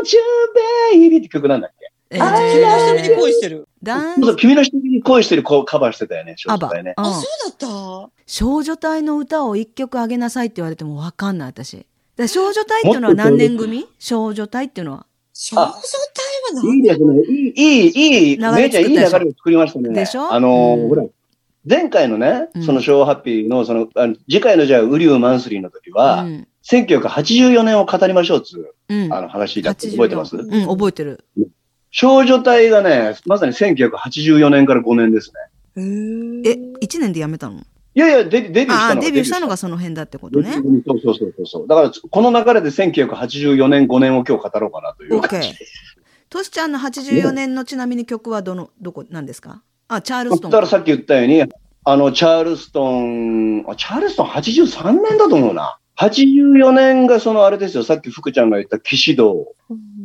[SPEAKER 3] want you, baby って曲なんだっけ。
[SPEAKER 1] え
[SPEAKER 2] あ、
[SPEAKER 3] あ
[SPEAKER 2] 君の瞳に
[SPEAKER 1] ー、
[SPEAKER 2] 恋してる。
[SPEAKER 1] ダン
[SPEAKER 3] そうそう
[SPEAKER 1] ス、
[SPEAKER 3] 君の人に恋してる子をカバーしてたよね、少
[SPEAKER 1] ア
[SPEAKER 3] 女
[SPEAKER 1] バ。
[SPEAKER 3] 隊ね。
[SPEAKER 1] う
[SPEAKER 2] あ、
[SPEAKER 1] ん
[SPEAKER 2] そうだった。
[SPEAKER 1] 少女隊の歌を一曲あげなさいって言われてもわかんない、私。だから少女隊っていうのは何年組少女隊っていうのは。
[SPEAKER 2] 少女隊はない
[SPEAKER 3] いですね。いい、いい、いい、
[SPEAKER 1] 流れ
[SPEAKER 3] めいちゃん、いい流れを
[SPEAKER 1] 作ったでしょ
[SPEAKER 3] 作りましたね。
[SPEAKER 1] でしょ
[SPEAKER 3] あのー
[SPEAKER 1] うん
[SPEAKER 3] ほら、前回のね
[SPEAKER 1] うん、
[SPEAKER 3] そのショーハッピーの、その、あの次回のじゃあ、ウリューマンスリーの時は、
[SPEAKER 1] うん。
[SPEAKER 3] 1984年を語りましょうっつう、
[SPEAKER 1] うん。
[SPEAKER 3] あの話だって覚えてます
[SPEAKER 1] 84うん、覚えてる。
[SPEAKER 3] 少女隊がね、まさに1984年から5年ですね。
[SPEAKER 2] へー
[SPEAKER 1] え、1年でやめたの
[SPEAKER 3] いやいや、デビデビューし
[SPEAKER 1] あ
[SPEAKER 3] た
[SPEAKER 1] あ、
[SPEAKER 3] のが
[SPEAKER 1] デビューしたのがその辺だってこと
[SPEAKER 3] デビュー
[SPEAKER 1] ね
[SPEAKER 3] した。のそうそうそうそうそう。だから、この流れで1984年、5年を今日語ろうかなという感じ。
[SPEAKER 1] OK トシちゃんの84年のちなみに曲はどのどこなんですかあチャールスト
[SPEAKER 3] だから
[SPEAKER 1] ン
[SPEAKER 3] さっき言ったように、あの、チャールストン、あチャールストン83年だと思うな。84年がそのあれですよ、さっき福ちゃんが言った騎士道、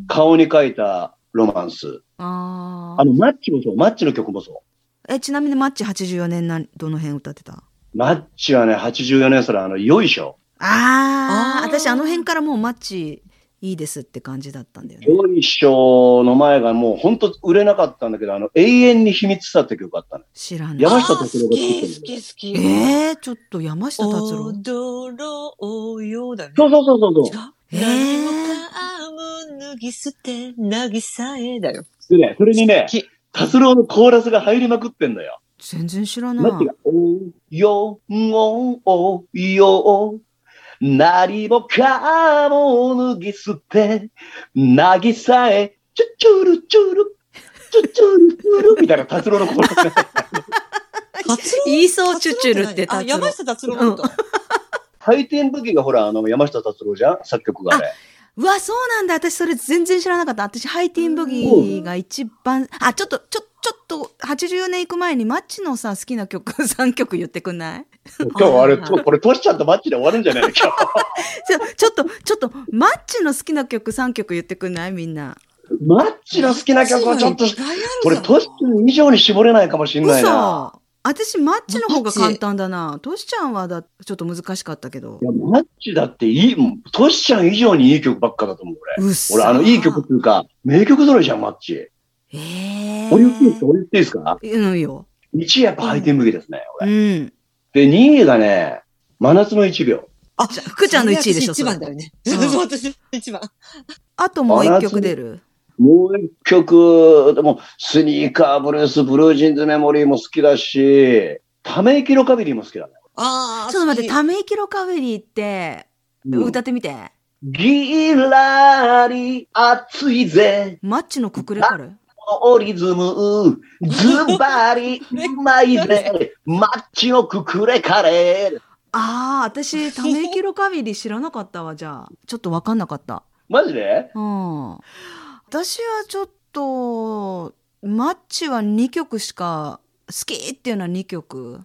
[SPEAKER 3] 顔に書いたロマンス。
[SPEAKER 1] あ
[SPEAKER 3] あ
[SPEAKER 1] あ
[SPEAKER 3] の、マッチもそう、マッチの曲もそ
[SPEAKER 1] えちなみにマッチ84年なんどの辺歌ってた
[SPEAKER 3] う。マッチはね、84年それあの、よいしょ。
[SPEAKER 1] ああ
[SPEAKER 2] あー
[SPEAKER 1] 私あの辺からもうマッチいいですって感じだったんだよね
[SPEAKER 3] よいしょの前がもう本当売れなかったんだけど、あの、永遠に秘密さって曲があったの。
[SPEAKER 1] 知らない
[SPEAKER 3] 山下
[SPEAKER 2] あー
[SPEAKER 3] 達郎が作ってる
[SPEAKER 2] 好き好き好き。
[SPEAKER 1] えー、ちょっと山下達郎
[SPEAKER 2] 踊ろうよだね。
[SPEAKER 3] そうそうそうそうそう。
[SPEAKER 2] 違う。
[SPEAKER 1] えー
[SPEAKER 2] 何もかも脱ぎ捨て、なぎさえだよ。
[SPEAKER 3] でね、それにね
[SPEAKER 2] 好き、
[SPEAKER 3] 達郎のコーラスが入りまくってんだよ。
[SPEAKER 1] 全然知らな
[SPEAKER 3] マッチ
[SPEAKER 1] い
[SPEAKER 3] が、およ、おおよ、何もかも脱ぎ捨て、なぎさえ、チュチュルチュル、チュチュルチュル、みたいな達郎のコーラス が。
[SPEAKER 2] 達郎
[SPEAKER 1] 言いそうチュチュルって
[SPEAKER 2] あ、
[SPEAKER 1] 達郎
[SPEAKER 2] 山下達郎のこと。
[SPEAKER 3] 回転武器がほら、あの、山下達郎じゃん作曲がね。
[SPEAKER 1] うわ、そうなんだ。私、それ全然知らなかった。私、ハイティーンブギーが一番、あ、ちょっと、ちょ、ちょっと、84年行く前に、マッチのさ、好きな曲、3曲言ってくんない
[SPEAKER 3] 今日あれ、
[SPEAKER 2] あー
[SPEAKER 3] 今日これ、トシちゃんとマッチで終わるんじゃない の今日。
[SPEAKER 1] ちょちょっと、ちょっと、マッチの好きな曲、3曲言ってくんないみんな。
[SPEAKER 3] マッチの好きな曲はちょっと
[SPEAKER 2] い、ぱいあるじゃん
[SPEAKER 3] これ、トシちゃん以上に絞れないかもしんないな。
[SPEAKER 1] 嘘。私、マッチの方が簡単だな。トシちゃんはだ、ちょっと難しかったけど
[SPEAKER 3] い。や、マッチだっていい、もうトシちゃん以上にいい曲ばっかだと思う、俺。
[SPEAKER 1] うっそ。
[SPEAKER 3] 俺、あの、いい曲っていうか、名曲揃いじゃん、マッチ。
[SPEAKER 1] ええー。
[SPEAKER 3] 俺言っていいですか俺言っていいですか
[SPEAKER 1] うんよ。
[SPEAKER 3] ?1 位やっぱハイテンブギですね、
[SPEAKER 1] う
[SPEAKER 3] 俺。
[SPEAKER 1] ん。
[SPEAKER 3] で、2位がね、真夏の1秒。
[SPEAKER 2] あ、
[SPEAKER 1] じゃあ福ちゃんの1位でしょ、
[SPEAKER 2] 私一
[SPEAKER 1] それ
[SPEAKER 2] 番だよね。
[SPEAKER 1] うん
[SPEAKER 2] そう私一番。
[SPEAKER 1] あともう1曲出る。
[SPEAKER 3] もう一曲、でも、スニーカーブルース、ブルージーンズメモリーも好きだし、ため息ロカビリーも好きだね。
[SPEAKER 2] ああ。
[SPEAKER 1] ちょっと待って、
[SPEAKER 2] 好き
[SPEAKER 1] ため息ロカベリーって、
[SPEAKER 3] うん
[SPEAKER 1] 歌ってみて。
[SPEAKER 3] ギラリ熱いぜ、
[SPEAKER 1] マッチのくくれかる
[SPEAKER 3] このリズム、ズバリうまいぜ、マッチのくくれカレー。
[SPEAKER 1] ああ、私、ため息ロカビリ知らなかったわ、じゃあ。ちょっとわかんなかった。
[SPEAKER 3] マジで
[SPEAKER 1] うん。私はちょっと、マッチは2曲しか、好きっていうのは2曲。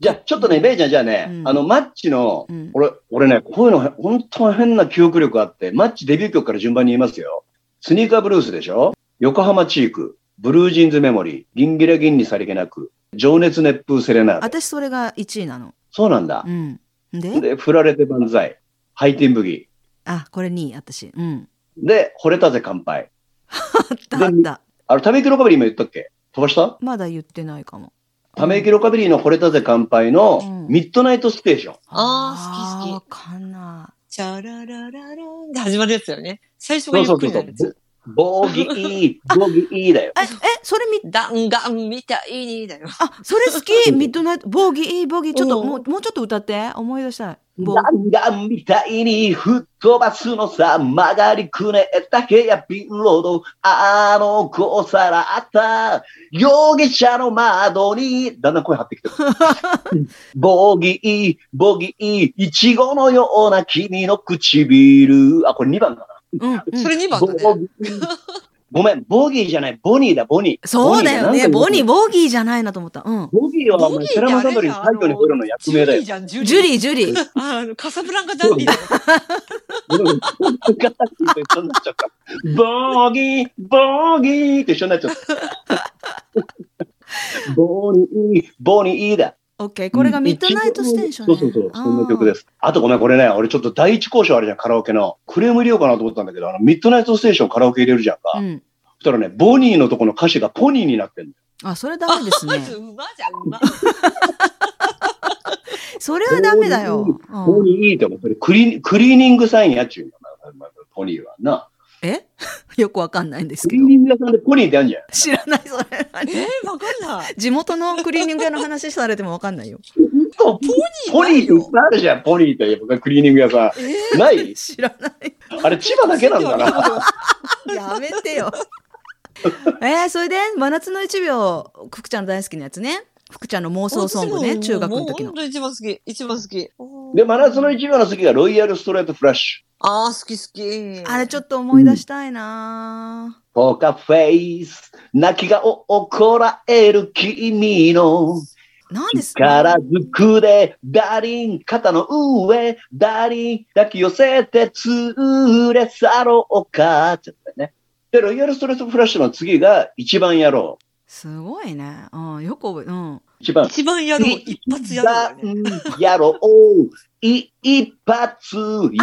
[SPEAKER 3] じゃあ、ちょっとね、レイちゃん、じゃあね、
[SPEAKER 1] うん
[SPEAKER 3] あの、マッチの、
[SPEAKER 1] うん。
[SPEAKER 3] 俺、俺ね、こういうのへ、本当変な記憶力あって、マッチデビュー曲から順番に言いますよ。スニーカーブルースでしょ横浜チーク、ブルージーンズメモリー、ギンギラギンにさりげなく、情熱熱風セレナーデ。
[SPEAKER 1] 私、それが1位なの。
[SPEAKER 3] そうなんだ
[SPEAKER 1] う。ん。で、
[SPEAKER 3] で、振られて万歳、ハイティンブギ
[SPEAKER 1] あ、これ2位、私。うん。
[SPEAKER 3] ー。で、惚れたぜ乾杯。
[SPEAKER 1] あった、あった。
[SPEAKER 3] あれ、ため息ロカベリーも言ったっけ飛ばした
[SPEAKER 1] まだ言ってないかも。
[SPEAKER 3] ため息ロカベリーの惚れたぜ乾杯の
[SPEAKER 1] うん、
[SPEAKER 3] ミッドナイトステーション。
[SPEAKER 2] あー好き好き
[SPEAKER 1] あーわかんな
[SPEAKER 2] チャラララランで始まるやつだよね。最初がゆっくりなやつ。
[SPEAKER 3] ボギー、ボギーだよ。
[SPEAKER 1] い。え、え、それみ
[SPEAKER 2] 弾丸みたいにだよ。
[SPEAKER 1] あ、それ好きミッドナイト、ボギー、いいボギー。ちょっと、
[SPEAKER 2] うん
[SPEAKER 1] もう、もうちょっと歌って。思い出したい。ボギー
[SPEAKER 3] ガンガンみたいに吹っ飛ばすのさ曲がりくねったヘアピンロードあの子さらった容疑者の窓にだんだん声張ってきてるボギーボギーいちごのような君の唇あこれ2番か
[SPEAKER 1] うん、うん。
[SPEAKER 2] それ2
[SPEAKER 3] な
[SPEAKER 2] 番
[SPEAKER 3] ボ
[SPEAKER 2] だね。
[SPEAKER 3] ギーごめんボギーじゃないボニーだボニー
[SPEAKER 1] そうだよね。ボニー、
[SPEAKER 3] ー
[SPEAKER 1] ボギーじゃないなと思った。うん。
[SPEAKER 3] ボギーはお前セラマサドリー最後に来るの役
[SPEAKER 2] ジュ
[SPEAKER 3] 名だ
[SPEAKER 2] リー
[SPEAKER 3] よ
[SPEAKER 2] じゃん、ジュリー。
[SPEAKER 1] ジュリー、ジュリー。
[SPEAKER 2] ああの、カサブランカダンディだよ。
[SPEAKER 3] うんガタッキーと一緒になっちゃった。ボギー、ボギーと一緒になっち ゃった。ボニー、ボニーだ。
[SPEAKER 1] オッケー。これがミッドナイトステーション、
[SPEAKER 3] そ
[SPEAKER 1] ね。。
[SPEAKER 3] うそうそう、そんな曲ですす。あとごめん、これね、俺ちょっと第一交渉あるじゃん、カラオケの。クレーム入れようかなと思ったんだけど、あの、ミッドナイトステーションカラオケ入れるじゃんか。
[SPEAKER 1] うん。
[SPEAKER 3] そしたらね、ボニーのとこの歌詞がポニーになってる
[SPEAKER 1] あ、それダメです
[SPEAKER 2] ま
[SPEAKER 1] ね
[SPEAKER 2] ず、。馬じゃん、馬。
[SPEAKER 1] それはダメだよ。
[SPEAKER 3] ポ
[SPEAKER 1] うん、
[SPEAKER 3] ニーいいって思うそれクリークリーニングサインやっちゅうんだなポニーは。な。
[SPEAKER 1] え よくわかんないんです
[SPEAKER 3] ク
[SPEAKER 1] け
[SPEAKER 3] リ
[SPEAKER 1] ど
[SPEAKER 3] ー。ニング屋さんでポニーってあるじゃん。
[SPEAKER 1] 知らない、それ。
[SPEAKER 2] えー、わかんない。
[SPEAKER 1] 地元のクリーニング屋の話されてもわかんないよ。
[SPEAKER 3] ポポニーっていっぱいあるじゃん、ポニーって、クリーニング屋さ
[SPEAKER 2] えー
[SPEAKER 3] ん。ない
[SPEAKER 1] 知らない。
[SPEAKER 3] あれ、千葉だけなん だな。
[SPEAKER 1] やめてよ。えー、それで、真夏の一秒、福ちゃんの大好きなやつね。福ちゃんの妄想ソングね、中学の時
[SPEAKER 2] も
[SPEAKER 1] の。
[SPEAKER 2] う本当に一番好き。一番好き。
[SPEAKER 3] で、真夏の一秒の次がロイヤルストレートフラッシュ。
[SPEAKER 2] ああ、好き好き。
[SPEAKER 1] あれちょ
[SPEAKER 2] っ
[SPEAKER 1] っと思い出したいなぁ
[SPEAKER 3] ポーカーフェイス、泣き顔をこらえる君の
[SPEAKER 1] 何ですか
[SPEAKER 3] 力ずくで、ダーリン、肩の上、ダーリン、抱き寄せて、連れ去ろうか、って言ったよね。で、ロイヤルストレートフラッシュの次が、一番やろう。
[SPEAKER 1] すごいね。うん、よく覚え、うん。
[SPEAKER 3] 一番、
[SPEAKER 2] 一番やろう、一発やろう、ね。
[SPEAKER 3] やろう、い一発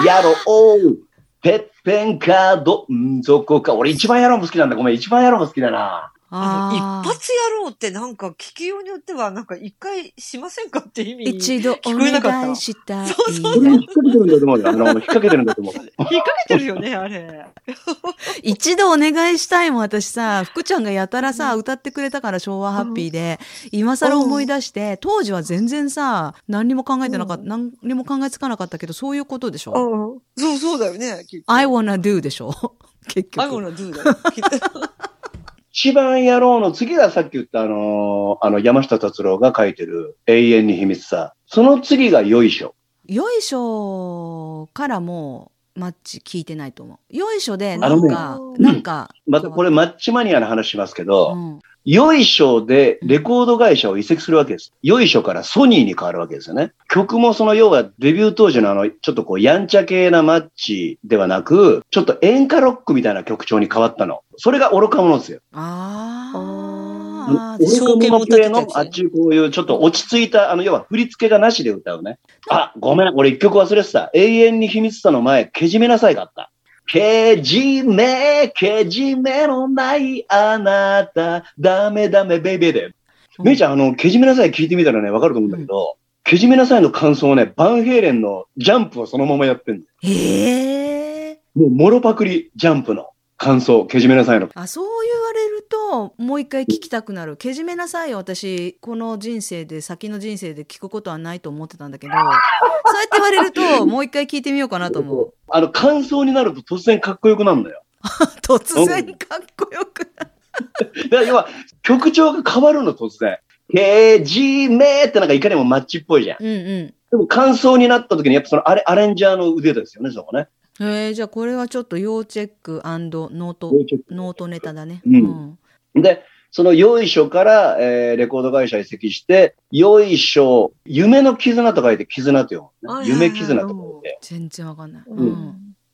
[SPEAKER 3] やろう、てっぺんかどん底か。俺一番やろうも好きなんだ。ごめん、一番やろうも好きだな。
[SPEAKER 2] あ
[SPEAKER 1] あ
[SPEAKER 2] の、一発やろうってなんか聞きようによってはなんか一回しませんかって意味に。引っ
[SPEAKER 1] 一度お
[SPEAKER 2] 聞こえなかった
[SPEAKER 1] 願いしたい。
[SPEAKER 2] そうそう
[SPEAKER 3] これ引っ掛けてるんだと思うよ。あの、引っ掛けてるんだと思う。
[SPEAKER 2] 掛けてるよね、あれ。
[SPEAKER 1] 一度お願いしたいもん私さ、福ちゃんがやたらさ、歌ってくれたから昭和ハッピーで、今更思い出して、当時は全然さ、何にも考えてなかった、
[SPEAKER 2] う
[SPEAKER 1] 何にも考えつかなかったけど、そういうことでしょ
[SPEAKER 2] うん。そうそうだよね、きっと。
[SPEAKER 1] ?I wanna do でしょ 結局。
[SPEAKER 2] I wanna do だよ。きっと
[SPEAKER 3] 一番やろうの次がさっき言ったあのーあの、山下達郎が書いてる永遠に秘密さ。その次がよいしょ。
[SPEAKER 1] よいしょからもう、マッチ聞いてないと思う。よいしょで、な
[SPEAKER 3] あの
[SPEAKER 1] ん
[SPEAKER 3] ね
[SPEAKER 1] か、
[SPEAKER 2] うん
[SPEAKER 1] なんか、
[SPEAKER 3] またこれマッチマニアの話しますけ
[SPEAKER 1] う
[SPEAKER 3] ど、
[SPEAKER 1] ん、
[SPEAKER 3] よいしょでレコード会社を移籍するわけです。よいしょからソニーに変わるわけですよね。曲もその要はデビュー当時のあの、ちょっとこうやんちゃ系なマッチではなく、ちょっと演歌ロックみたいな曲調に変わったの。それが愚か者ですよ。
[SPEAKER 1] あ
[SPEAKER 2] あ
[SPEAKER 1] ー
[SPEAKER 2] ー
[SPEAKER 3] 証券も
[SPEAKER 2] 証券
[SPEAKER 3] 系
[SPEAKER 2] も立てたや
[SPEAKER 3] の
[SPEAKER 2] つね
[SPEAKER 3] あっちゅうこういうちょっと落ち着いた、あの、要は振り付けがなしで歌うね。あ、ごめん、俺一曲忘れてた。永遠に秘密さの前、けじめなさいがあった。けじめ、けじめのないあなた、ダメダメベイベーで。めいちゃん、あの、けじめなさい聞いてみたらね、わかると思うんだけど、けじめなさいの感想をね、バンヘイレンのジャンプをそのままやってんの。
[SPEAKER 1] へえ。
[SPEAKER 3] もう、もろパクリ、ジャンプの感想、けじめなさいの。
[SPEAKER 1] あ、そう言われると、もう一回聞きたくなる。けじめなさいよ、私、この人生で、先の人生で聞くことはないと思ってたんだけど、そうやって言われると、もう一回聞いてみようかなと思 う。
[SPEAKER 3] あの、感想になると突然かっこよくなるんだよ。
[SPEAKER 1] 突然かっこよくなる。
[SPEAKER 3] だから要は、曲調が変わるの、突然。けじめってなんかいかにもマッチっぽいじゃん。
[SPEAKER 1] うんうん。
[SPEAKER 3] でも感想になった時にやっぱそのアレアレンジャーの腕ですよね、そこね。
[SPEAKER 1] えー、じゃあこれはちょっと要チェックノート、ノートネタだね。
[SPEAKER 3] うんで、そのよいしょから、えーレコード会社移籍して、よいしょ、夢の絆と書いて絆と読む、
[SPEAKER 2] は
[SPEAKER 3] ね。
[SPEAKER 2] いはいはい
[SPEAKER 3] 夢絆と書いて。
[SPEAKER 1] 全然わかんない。
[SPEAKER 2] うん
[SPEAKER 1] うん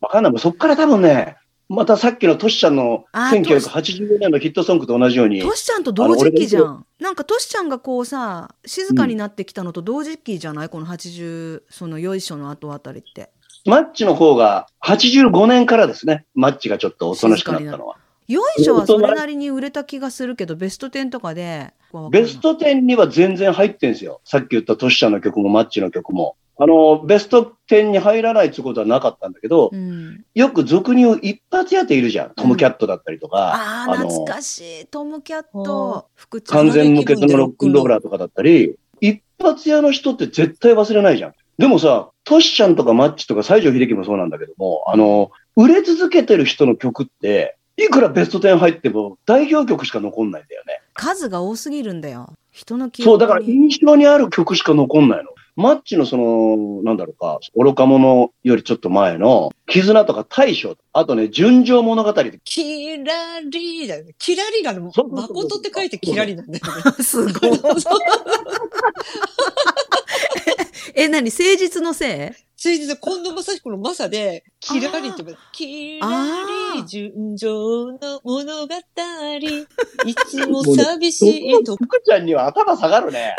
[SPEAKER 3] わかんない。もうそっから多分ね、またさっきのトシちゃんの
[SPEAKER 1] あー
[SPEAKER 3] 1984年のヒットソングと同じように、
[SPEAKER 1] トシちゃんと同時期じゃん。なんかトシちゃんがこうさ、静かになってきたのと同時期じゃない、この80、そのよいしょの後あたりって。
[SPEAKER 3] マッチの方が85年からですね。マッチがちょっとおとなしくなったのは。
[SPEAKER 1] よいしょはそれなりに売れた気がするけど、ベスト10とかで。わかんない
[SPEAKER 3] ベスト10には全然入ってんすよ。さっき言ったトシちゃんの曲もマッチの曲も。あの、ベスト10に入らないってことはなかったんだけど、
[SPEAKER 1] うん、
[SPEAKER 3] よく俗に言う一発屋っているじゃん。トムキャットだったりとか、
[SPEAKER 1] ああ、
[SPEAKER 3] あの
[SPEAKER 1] 懐かしい。トムキャッ
[SPEAKER 2] ほ
[SPEAKER 1] ト、福ちゃん
[SPEAKER 3] 完
[SPEAKER 1] の。
[SPEAKER 3] 全無欠のロックンローラーとかだったり、一発屋の人って絶対忘れないじゃん。でもさ、トシちゃんとかマッチとか西城秀樹もそうなんだけども、あの、売れ続けてる人の曲って、いくらベスト10入っても代表曲しか残んないんだよね。
[SPEAKER 1] 数が多すぎるんだよ。人の記憶
[SPEAKER 3] そう、だから
[SPEAKER 1] に
[SPEAKER 3] 印象にある曲しか残んないの。マッチのその、なんだろうか、愚か者よりちょっと前の、絆とか大将、あとね、純情物語って、
[SPEAKER 2] キラリだよね。キラリが、
[SPEAKER 3] そうそう
[SPEAKER 2] 誠って書いてキラリなんだよね。
[SPEAKER 1] すごい。え、何誠実のせい
[SPEAKER 2] 先日、近藤正彦のマサで、キラリって言う、キラリ、純情の 物語、いつも寂しいと。
[SPEAKER 3] 福ちゃんには頭下がるね。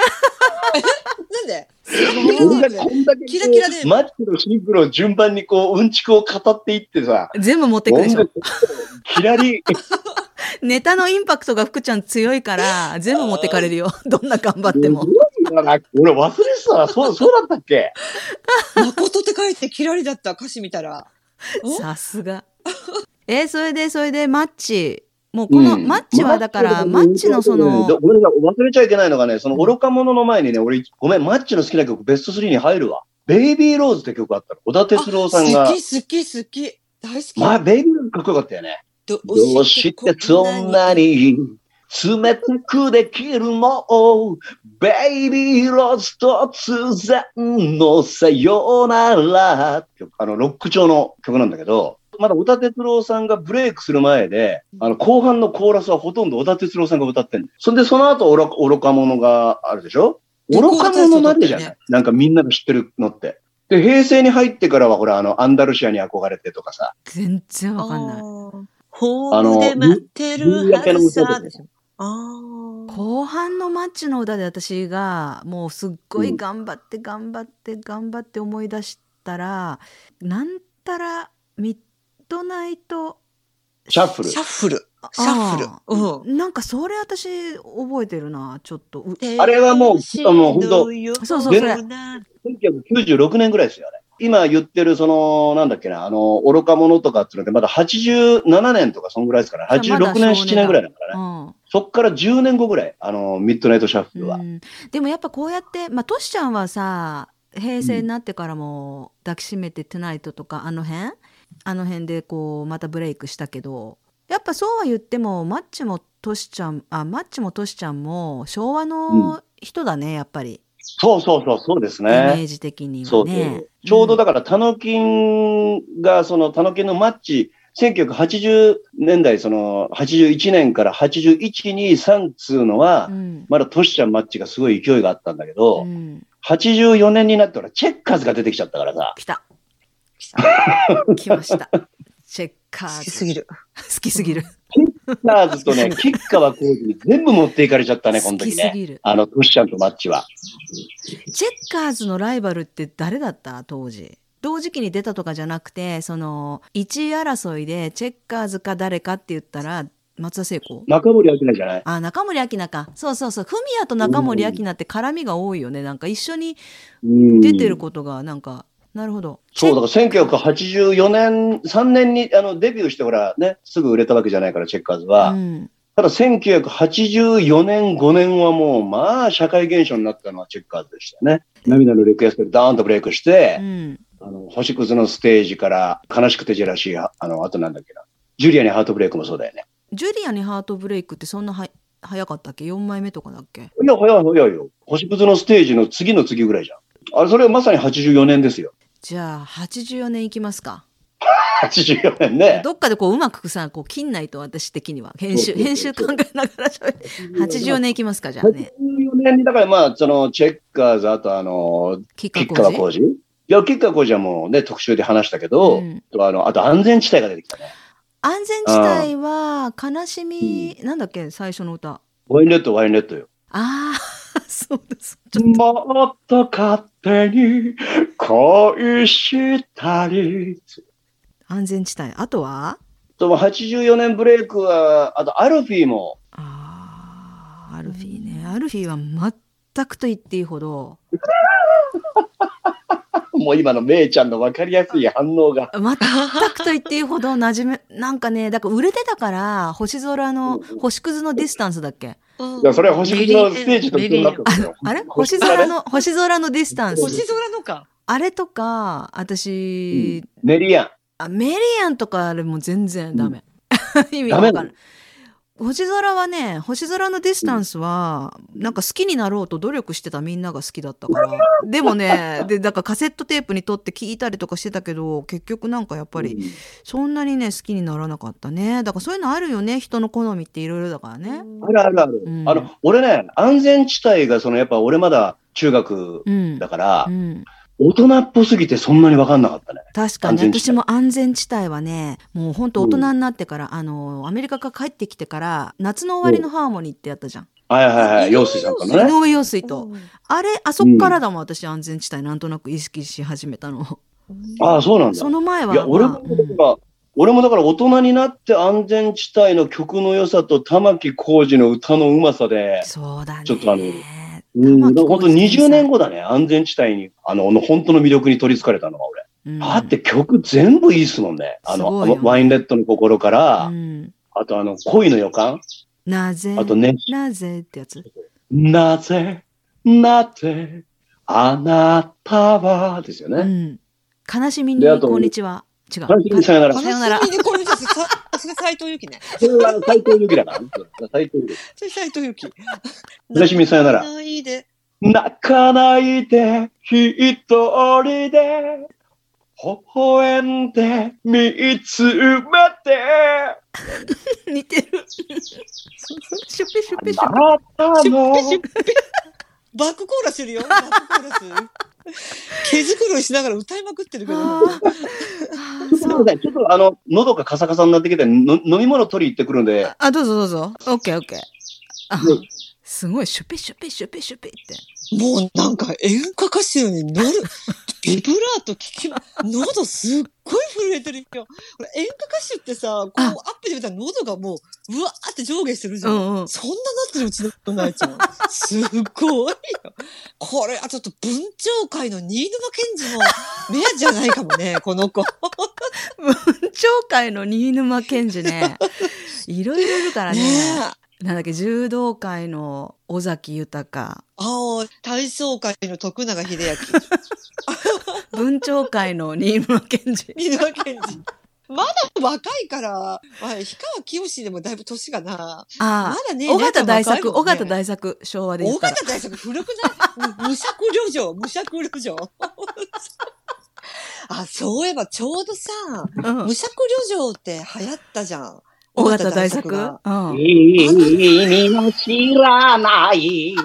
[SPEAKER 2] なんで
[SPEAKER 3] 俺がこんだけこう
[SPEAKER 2] キラキラで
[SPEAKER 3] マッチのシングルを順番にこう、うんちくを語っていってさ、
[SPEAKER 1] 全部持ってくでしょ
[SPEAKER 3] 音。楽キラリ、
[SPEAKER 1] ネタのインパクトが福ちゃん強いから、全部持ってかれるよ。 どんな頑張っても
[SPEAKER 3] す。ごいな俺忘れてたら、そう、そうだったっけ
[SPEAKER 2] 誠って書いてキラリだった歌詞見たら。お
[SPEAKER 1] さすが。え、それで、それで、マッチ。もうこの、
[SPEAKER 3] うん
[SPEAKER 1] マッチはだから、マッチのそ
[SPEAKER 3] うんで
[SPEAKER 1] の、
[SPEAKER 3] ごめんなさい忘れちゃいけないのがね、その愚か者の前にね、俺、ごめん、マッチの好きな曲ベスト3に入るわ。ベイビーローズって曲あったの。小田哲郎さん
[SPEAKER 2] あ
[SPEAKER 3] が
[SPEAKER 2] 好。き、好き、好き。大好き。
[SPEAKER 3] まあ、ベイビーローズかっこよかったよね。
[SPEAKER 2] ど
[SPEAKER 3] どうしてそんな。に冷たくできるのベイビーローズ突然のさよならって曲あの、ロック調の曲なんだけど、まだ小田哲郎さんがブレイクする前で、あの、後半のコーラスはほとんど小田哲郎さんが歌ってんの。そんで、その後、愚か愚か者があるでしょ愚か者までじゃ
[SPEAKER 2] レコード大賞取ったよ
[SPEAKER 3] ない
[SPEAKER 2] ね
[SPEAKER 3] なんかみんなが知ってるのって。で、平成に入ってからは、ほら、あの、アンダルシアに憧れてとかさ、
[SPEAKER 1] 全然わかん
[SPEAKER 2] あ
[SPEAKER 1] ない。
[SPEAKER 2] ーホームで待ってる
[SPEAKER 3] あの夕夕焼けの
[SPEAKER 2] はず
[SPEAKER 3] 向こ
[SPEAKER 2] さ
[SPEAKER 3] うで
[SPEAKER 2] でしょ。ああ。
[SPEAKER 1] 後半のマッチの歌で私がもうすっごい頑張って頑張って頑張って思い出したら、なんたらミッドナイト
[SPEAKER 3] シャッフル
[SPEAKER 2] シ。ャッフル。シャッフル
[SPEAKER 1] あ。
[SPEAKER 2] うん。
[SPEAKER 1] なんかそれ私覚えてるなちょっとう
[SPEAKER 3] あれはもうあの本当
[SPEAKER 1] そうそう
[SPEAKER 3] それ
[SPEAKER 2] れ。
[SPEAKER 3] 1996年ぐらいですよね。今言ってる、その、なんだっけな、あの、愚か者とかっていうので、まだ87年とか、そんぐらいですから、
[SPEAKER 1] じゃあまだ
[SPEAKER 3] 86年、
[SPEAKER 1] 少年だ
[SPEAKER 3] 7年ぐらいだから
[SPEAKER 1] う
[SPEAKER 3] ね。
[SPEAKER 1] ん
[SPEAKER 3] そっから10年後ぐらい、あの、ミッドナイトシャッフルは。
[SPEAKER 1] うんでもやっぱこうやってまあトシちゃんはさ平成になってからも抱きしめて「トゥナイト」とかあの辺あの辺でこうまたブレイクしたけどやっぱそうは言ってもマッチもトシちゃんあマッチもトシちゃんも昭和の人だねやっぱり、
[SPEAKER 3] そうそうそう、そうです
[SPEAKER 1] イメ
[SPEAKER 3] ね
[SPEAKER 1] ー。ジ的には
[SPEAKER 3] そうそう
[SPEAKER 1] ね。
[SPEAKER 3] ちょうど
[SPEAKER 1] だ
[SPEAKER 3] だから、タノキンが、その、タノキンのマッチ、1980年代、その、81年から81、2、3っつうのは、
[SPEAKER 1] うん
[SPEAKER 3] まだトシちゃんマッチがすごい勢いがあったんだけ
[SPEAKER 1] う
[SPEAKER 3] ど、
[SPEAKER 1] ん、
[SPEAKER 3] 84年になったら、チェッカーズが出てきちゃったからさ。
[SPEAKER 1] 来た来ま したチェッカ
[SPEAKER 2] 好
[SPEAKER 1] ー
[SPEAKER 2] き
[SPEAKER 1] ズ
[SPEAKER 2] すぎる。
[SPEAKER 1] 好きすぎる
[SPEAKER 3] チェッカー ズとね、吉川浩司に全部持っていかれちゃったね、この
[SPEAKER 1] 好き
[SPEAKER 3] 時
[SPEAKER 1] す
[SPEAKER 3] ね。
[SPEAKER 1] ぎる
[SPEAKER 3] あの、トシちゃんとマッチは。
[SPEAKER 1] チェッカーズのライバルって誰だった当時同時期に出たとかじゃなくてその1位争いでチェッカーズか誰かって言ったら松田聖子
[SPEAKER 3] 中森明菜じゃない
[SPEAKER 1] あ中森明菜かそうそうそうフミヤと中森明菜って絡みが多いよねなんか一緒に
[SPEAKER 3] うん
[SPEAKER 1] 出てることがなんかなるほど
[SPEAKER 3] そう、
[SPEAKER 1] だ
[SPEAKER 3] だから1984年、3年にあのデビューしてほら、ね、すぐ売れたわけじゃないから、チェッカーズは。
[SPEAKER 1] うん、
[SPEAKER 3] ただ1984年、5年はもう、まあ、社会現象になったのはチェッカーズでしたね。涙のリクエストでダーンとブレイクし
[SPEAKER 1] う
[SPEAKER 3] て、
[SPEAKER 1] ん、
[SPEAKER 3] あの、星屑のステージから、悲しくてジェラシー、あの、あとなんだっけな。ジュリアにハートブレイクもそうだよね。
[SPEAKER 1] ジュリアにハートブレイクってそんなは早かったっけ4枚目とかだっけ
[SPEAKER 3] いや、早い早いよ。星屑のステージの次の次ぐらいじゃん。あれ、それはまさに84年ですよ。
[SPEAKER 1] じゃあ84年いきますか
[SPEAKER 3] 84年ね。
[SPEAKER 1] どっかでこううまくさこう切んないと私的には編集
[SPEAKER 3] そうそうそう
[SPEAKER 1] 編集考えながら喋る84年いきますかじゃあね。
[SPEAKER 3] 84年に、だからまあ、その、チェッカーズ、あとあの、
[SPEAKER 1] 吉
[SPEAKER 3] 吉
[SPEAKER 1] 川
[SPEAKER 3] 川
[SPEAKER 1] 晃
[SPEAKER 3] 浩司いや、吉川浩司はもうね、特集で話したけ
[SPEAKER 1] う
[SPEAKER 3] ど、
[SPEAKER 1] ん
[SPEAKER 3] あの、あと安全地帯が出てきたね。
[SPEAKER 1] 安全地帯は悲しみ、なんだっけ最初の歌
[SPEAKER 3] ワインレッド、ワインレッドよ。
[SPEAKER 1] ああ そうですちょっ
[SPEAKER 3] もっと勝手に恋したり。
[SPEAKER 1] と安全地帯あとは
[SPEAKER 3] でも84年ブレイクは、あとアルフィーも、
[SPEAKER 1] あーアルフィーねアルフィーは全くと言っていいほど
[SPEAKER 3] もう今のメイちゃんの分かりやすい反応が。
[SPEAKER 1] 全くと言っていいほどなじめなんかねだから売れてたから星空の星屑のディスタンスだっけ
[SPEAKER 2] うん
[SPEAKER 3] いや、それは星屑のステージと一緒になってたんだよ。
[SPEAKER 1] あれ星空の星空のディスタンス
[SPEAKER 2] 星空のか。
[SPEAKER 1] あれとか私、
[SPEAKER 3] メリア
[SPEAKER 1] あメリアンとかあれもう全然ダメ、 意味
[SPEAKER 3] ダ
[SPEAKER 1] わ
[SPEAKER 3] メ
[SPEAKER 1] か
[SPEAKER 3] な
[SPEAKER 1] ん
[SPEAKER 3] の
[SPEAKER 1] ない星空はね星空のディスタンスは、なんか好きになろうと努力してたみんなが好きだったからでもねでだからカセットテープに撮って聞いたりとかしてたけど結局なんかやっぱ
[SPEAKER 3] ン。
[SPEAKER 1] りそんなにね好きにならなかったねだからそういうのあるよね人の好みっていろいろだからね
[SPEAKER 3] あるあるある。
[SPEAKER 1] うん
[SPEAKER 3] あの、俺ね、安全地帯が、その、やっぱ俺まだ中学
[SPEAKER 1] うん
[SPEAKER 3] だから
[SPEAKER 1] う、ん、
[SPEAKER 3] 大人っぽすぎてそんなに分かんなかったね。
[SPEAKER 1] 確かに
[SPEAKER 3] 安全地帯
[SPEAKER 1] 私も安全地帯はねもうほんと大人になってから、あのアメリカから帰ってきてから夏の終わりのハーモニーってやったじゃん
[SPEAKER 3] はいはいはい。
[SPEAKER 2] 井上
[SPEAKER 3] 陽水さんとの
[SPEAKER 1] 井
[SPEAKER 3] ね。
[SPEAKER 1] 上陽水と。
[SPEAKER 2] うん
[SPEAKER 1] あれ、あそっからだもん、私、安全地帯なんとなく意識し始めたの。
[SPEAKER 3] ああ、そうなんだ。
[SPEAKER 1] その前は、
[SPEAKER 3] いや、俺も
[SPEAKER 1] まあ
[SPEAKER 3] だから、俺もだから大人になって安全地帯の曲の良さと玉置浩二の歌のうまさで
[SPEAKER 1] うん、そうだね。
[SPEAKER 3] ちょっとあのうん、
[SPEAKER 1] 玉
[SPEAKER 3] だ
[SPEAKER 1] 置浩二
[SPEAKER 3] から本当20年後だね、安全地帯に、あの、あの本当の魅力に取り憑かれたのは俺。
[SPEAKER 1] うん
[SPEAKER 3] だって曲全部いいっすもんね。あ
[SPEAKER 1] す
[SPEAKER 3] の、
[SPEAKER 1] ごいよ
[SPEAKER 3] ワインレッドの心か
[SPEAKER 1] う
[SPEAKER 3] ら、
[SPEAKER 1] ん
[SPEAKER 3] あとあの、恋の予感、
[SPEAKER 1] なぜ、
[SPEAKER 3] あとね、
[SPEAKER 1] なぜってやつ。
[SPEAKER 3] なぜ、なぜ、あなたは、ですよ
[SPEAKER 1] う
[SPEAKER 3] ね。
[SPEAKER 1] ん。悲しみに、
[SPEAKER 3] であと
[SPEAKER 1] こんにちは。違う。
[SPEAKER 3] 悲しみにさよなら
[SPEAKER 1] かさよなら
[SPEAKER 2] 悲。しみにこれです。さそれ斎藤由貴ね。
[SPEAKER 3] それはあの斎藤由貴だからね。斎藤由貴。
[SPEAKER 2] それ斎藤由貴。
[SPEAKER 3] 悲しみにさよなら。
[SPEAKER 2] ないで。
[SPEAKER 3] 泣かないで、一人で、微笑んで、見つめて、
[SPEAKER 1] 似てる。シュッペシュッペシュ
[SPEAKER 3] あなたの
[SPEAKER 2] バックコーラスするよ。 バックコーラス。毛づくろいしながら歌いまくってるけど。
[SPEAKER 1] あーあー、
[SPEAKER 3] すみ
[SPEAKER 1] そ
[SPEAKER 3] ま
[SPEAKER 1] う。
[SPEAKER 3] せん。ちょっとあの、喉がカサカサになってきて、の飲み物取り行ってくるんで、
[SPEAKER 1] あ、どうぞどうぞ。オッケーオッケー。あ
[SPEAKER 3] は、
[SPEAKER 1] すごい、シュペシュペシュペシュペって。
[SPEAKER 2] もうなんか演歌歌手になる、ビブラート聞きま、喉すっごい震えてるよ。ほら演歌歌手ってさ、こうア
[SPEAKER 1] あ
[SPEAKER 2] ップで見たら喉がもう、うわーって上下してるじ
[SPEAKER 1] う
[SPEAKER 2] ゃん。
[SPEAKER 1] んうん。
[SPEAKER 2] そんななってるうちのことないじゃん。すっごいよ。これ、あ、ちょっと文鳥界の新沼賢治の目じゃないか もね、この子。
[SPEAKER 1] 文鳥界の新沼賢治 ね。いろいろいるから
[SPEAKER 2] ね
[SPEAKER 1] ね。
[SPEAKER 2] え。
[SPEAKER 1] なんだっけ、柔道界の尾崎豊。
[SPEAKER 2] ああ、体操界の徳永秀明。
[SPEAKER 1] 文 鳥界の新沼賢 治。
[SPEAKER 2] 新沼賢治。まだ若いから、まあ、氷川きよしでもだいぶ年がな。ま
[SPEAKER 1] あ
[SPEAKER 2] だね、
[SPEAKER 1] あ、尾形大
[SPEAKER 2] なんか
[SPEAKER 1] 作、尾
[SPEAKER 2] 若いも
[SPEAKER 1] 形
[SPEAKER 2] んね
[SPEAKER 1] 大作、昭和で言
[SPEAKER 2] 尾
[SPEAKER 1] ったら。
[SPEAKER 2] 形大作、古くない無釈旅情、無釈旅情。 あ、そういえばちょうどさ、
[SPEAKER 1] うん
[SPEAKER 2] 無釈旅情って流行ったじゃん。
[SPEAKER 1] 尾形大作。
[SPEAKER 2] が
[SPEAKER 1] うん。
[SPEAKER 3] 意味の知らない。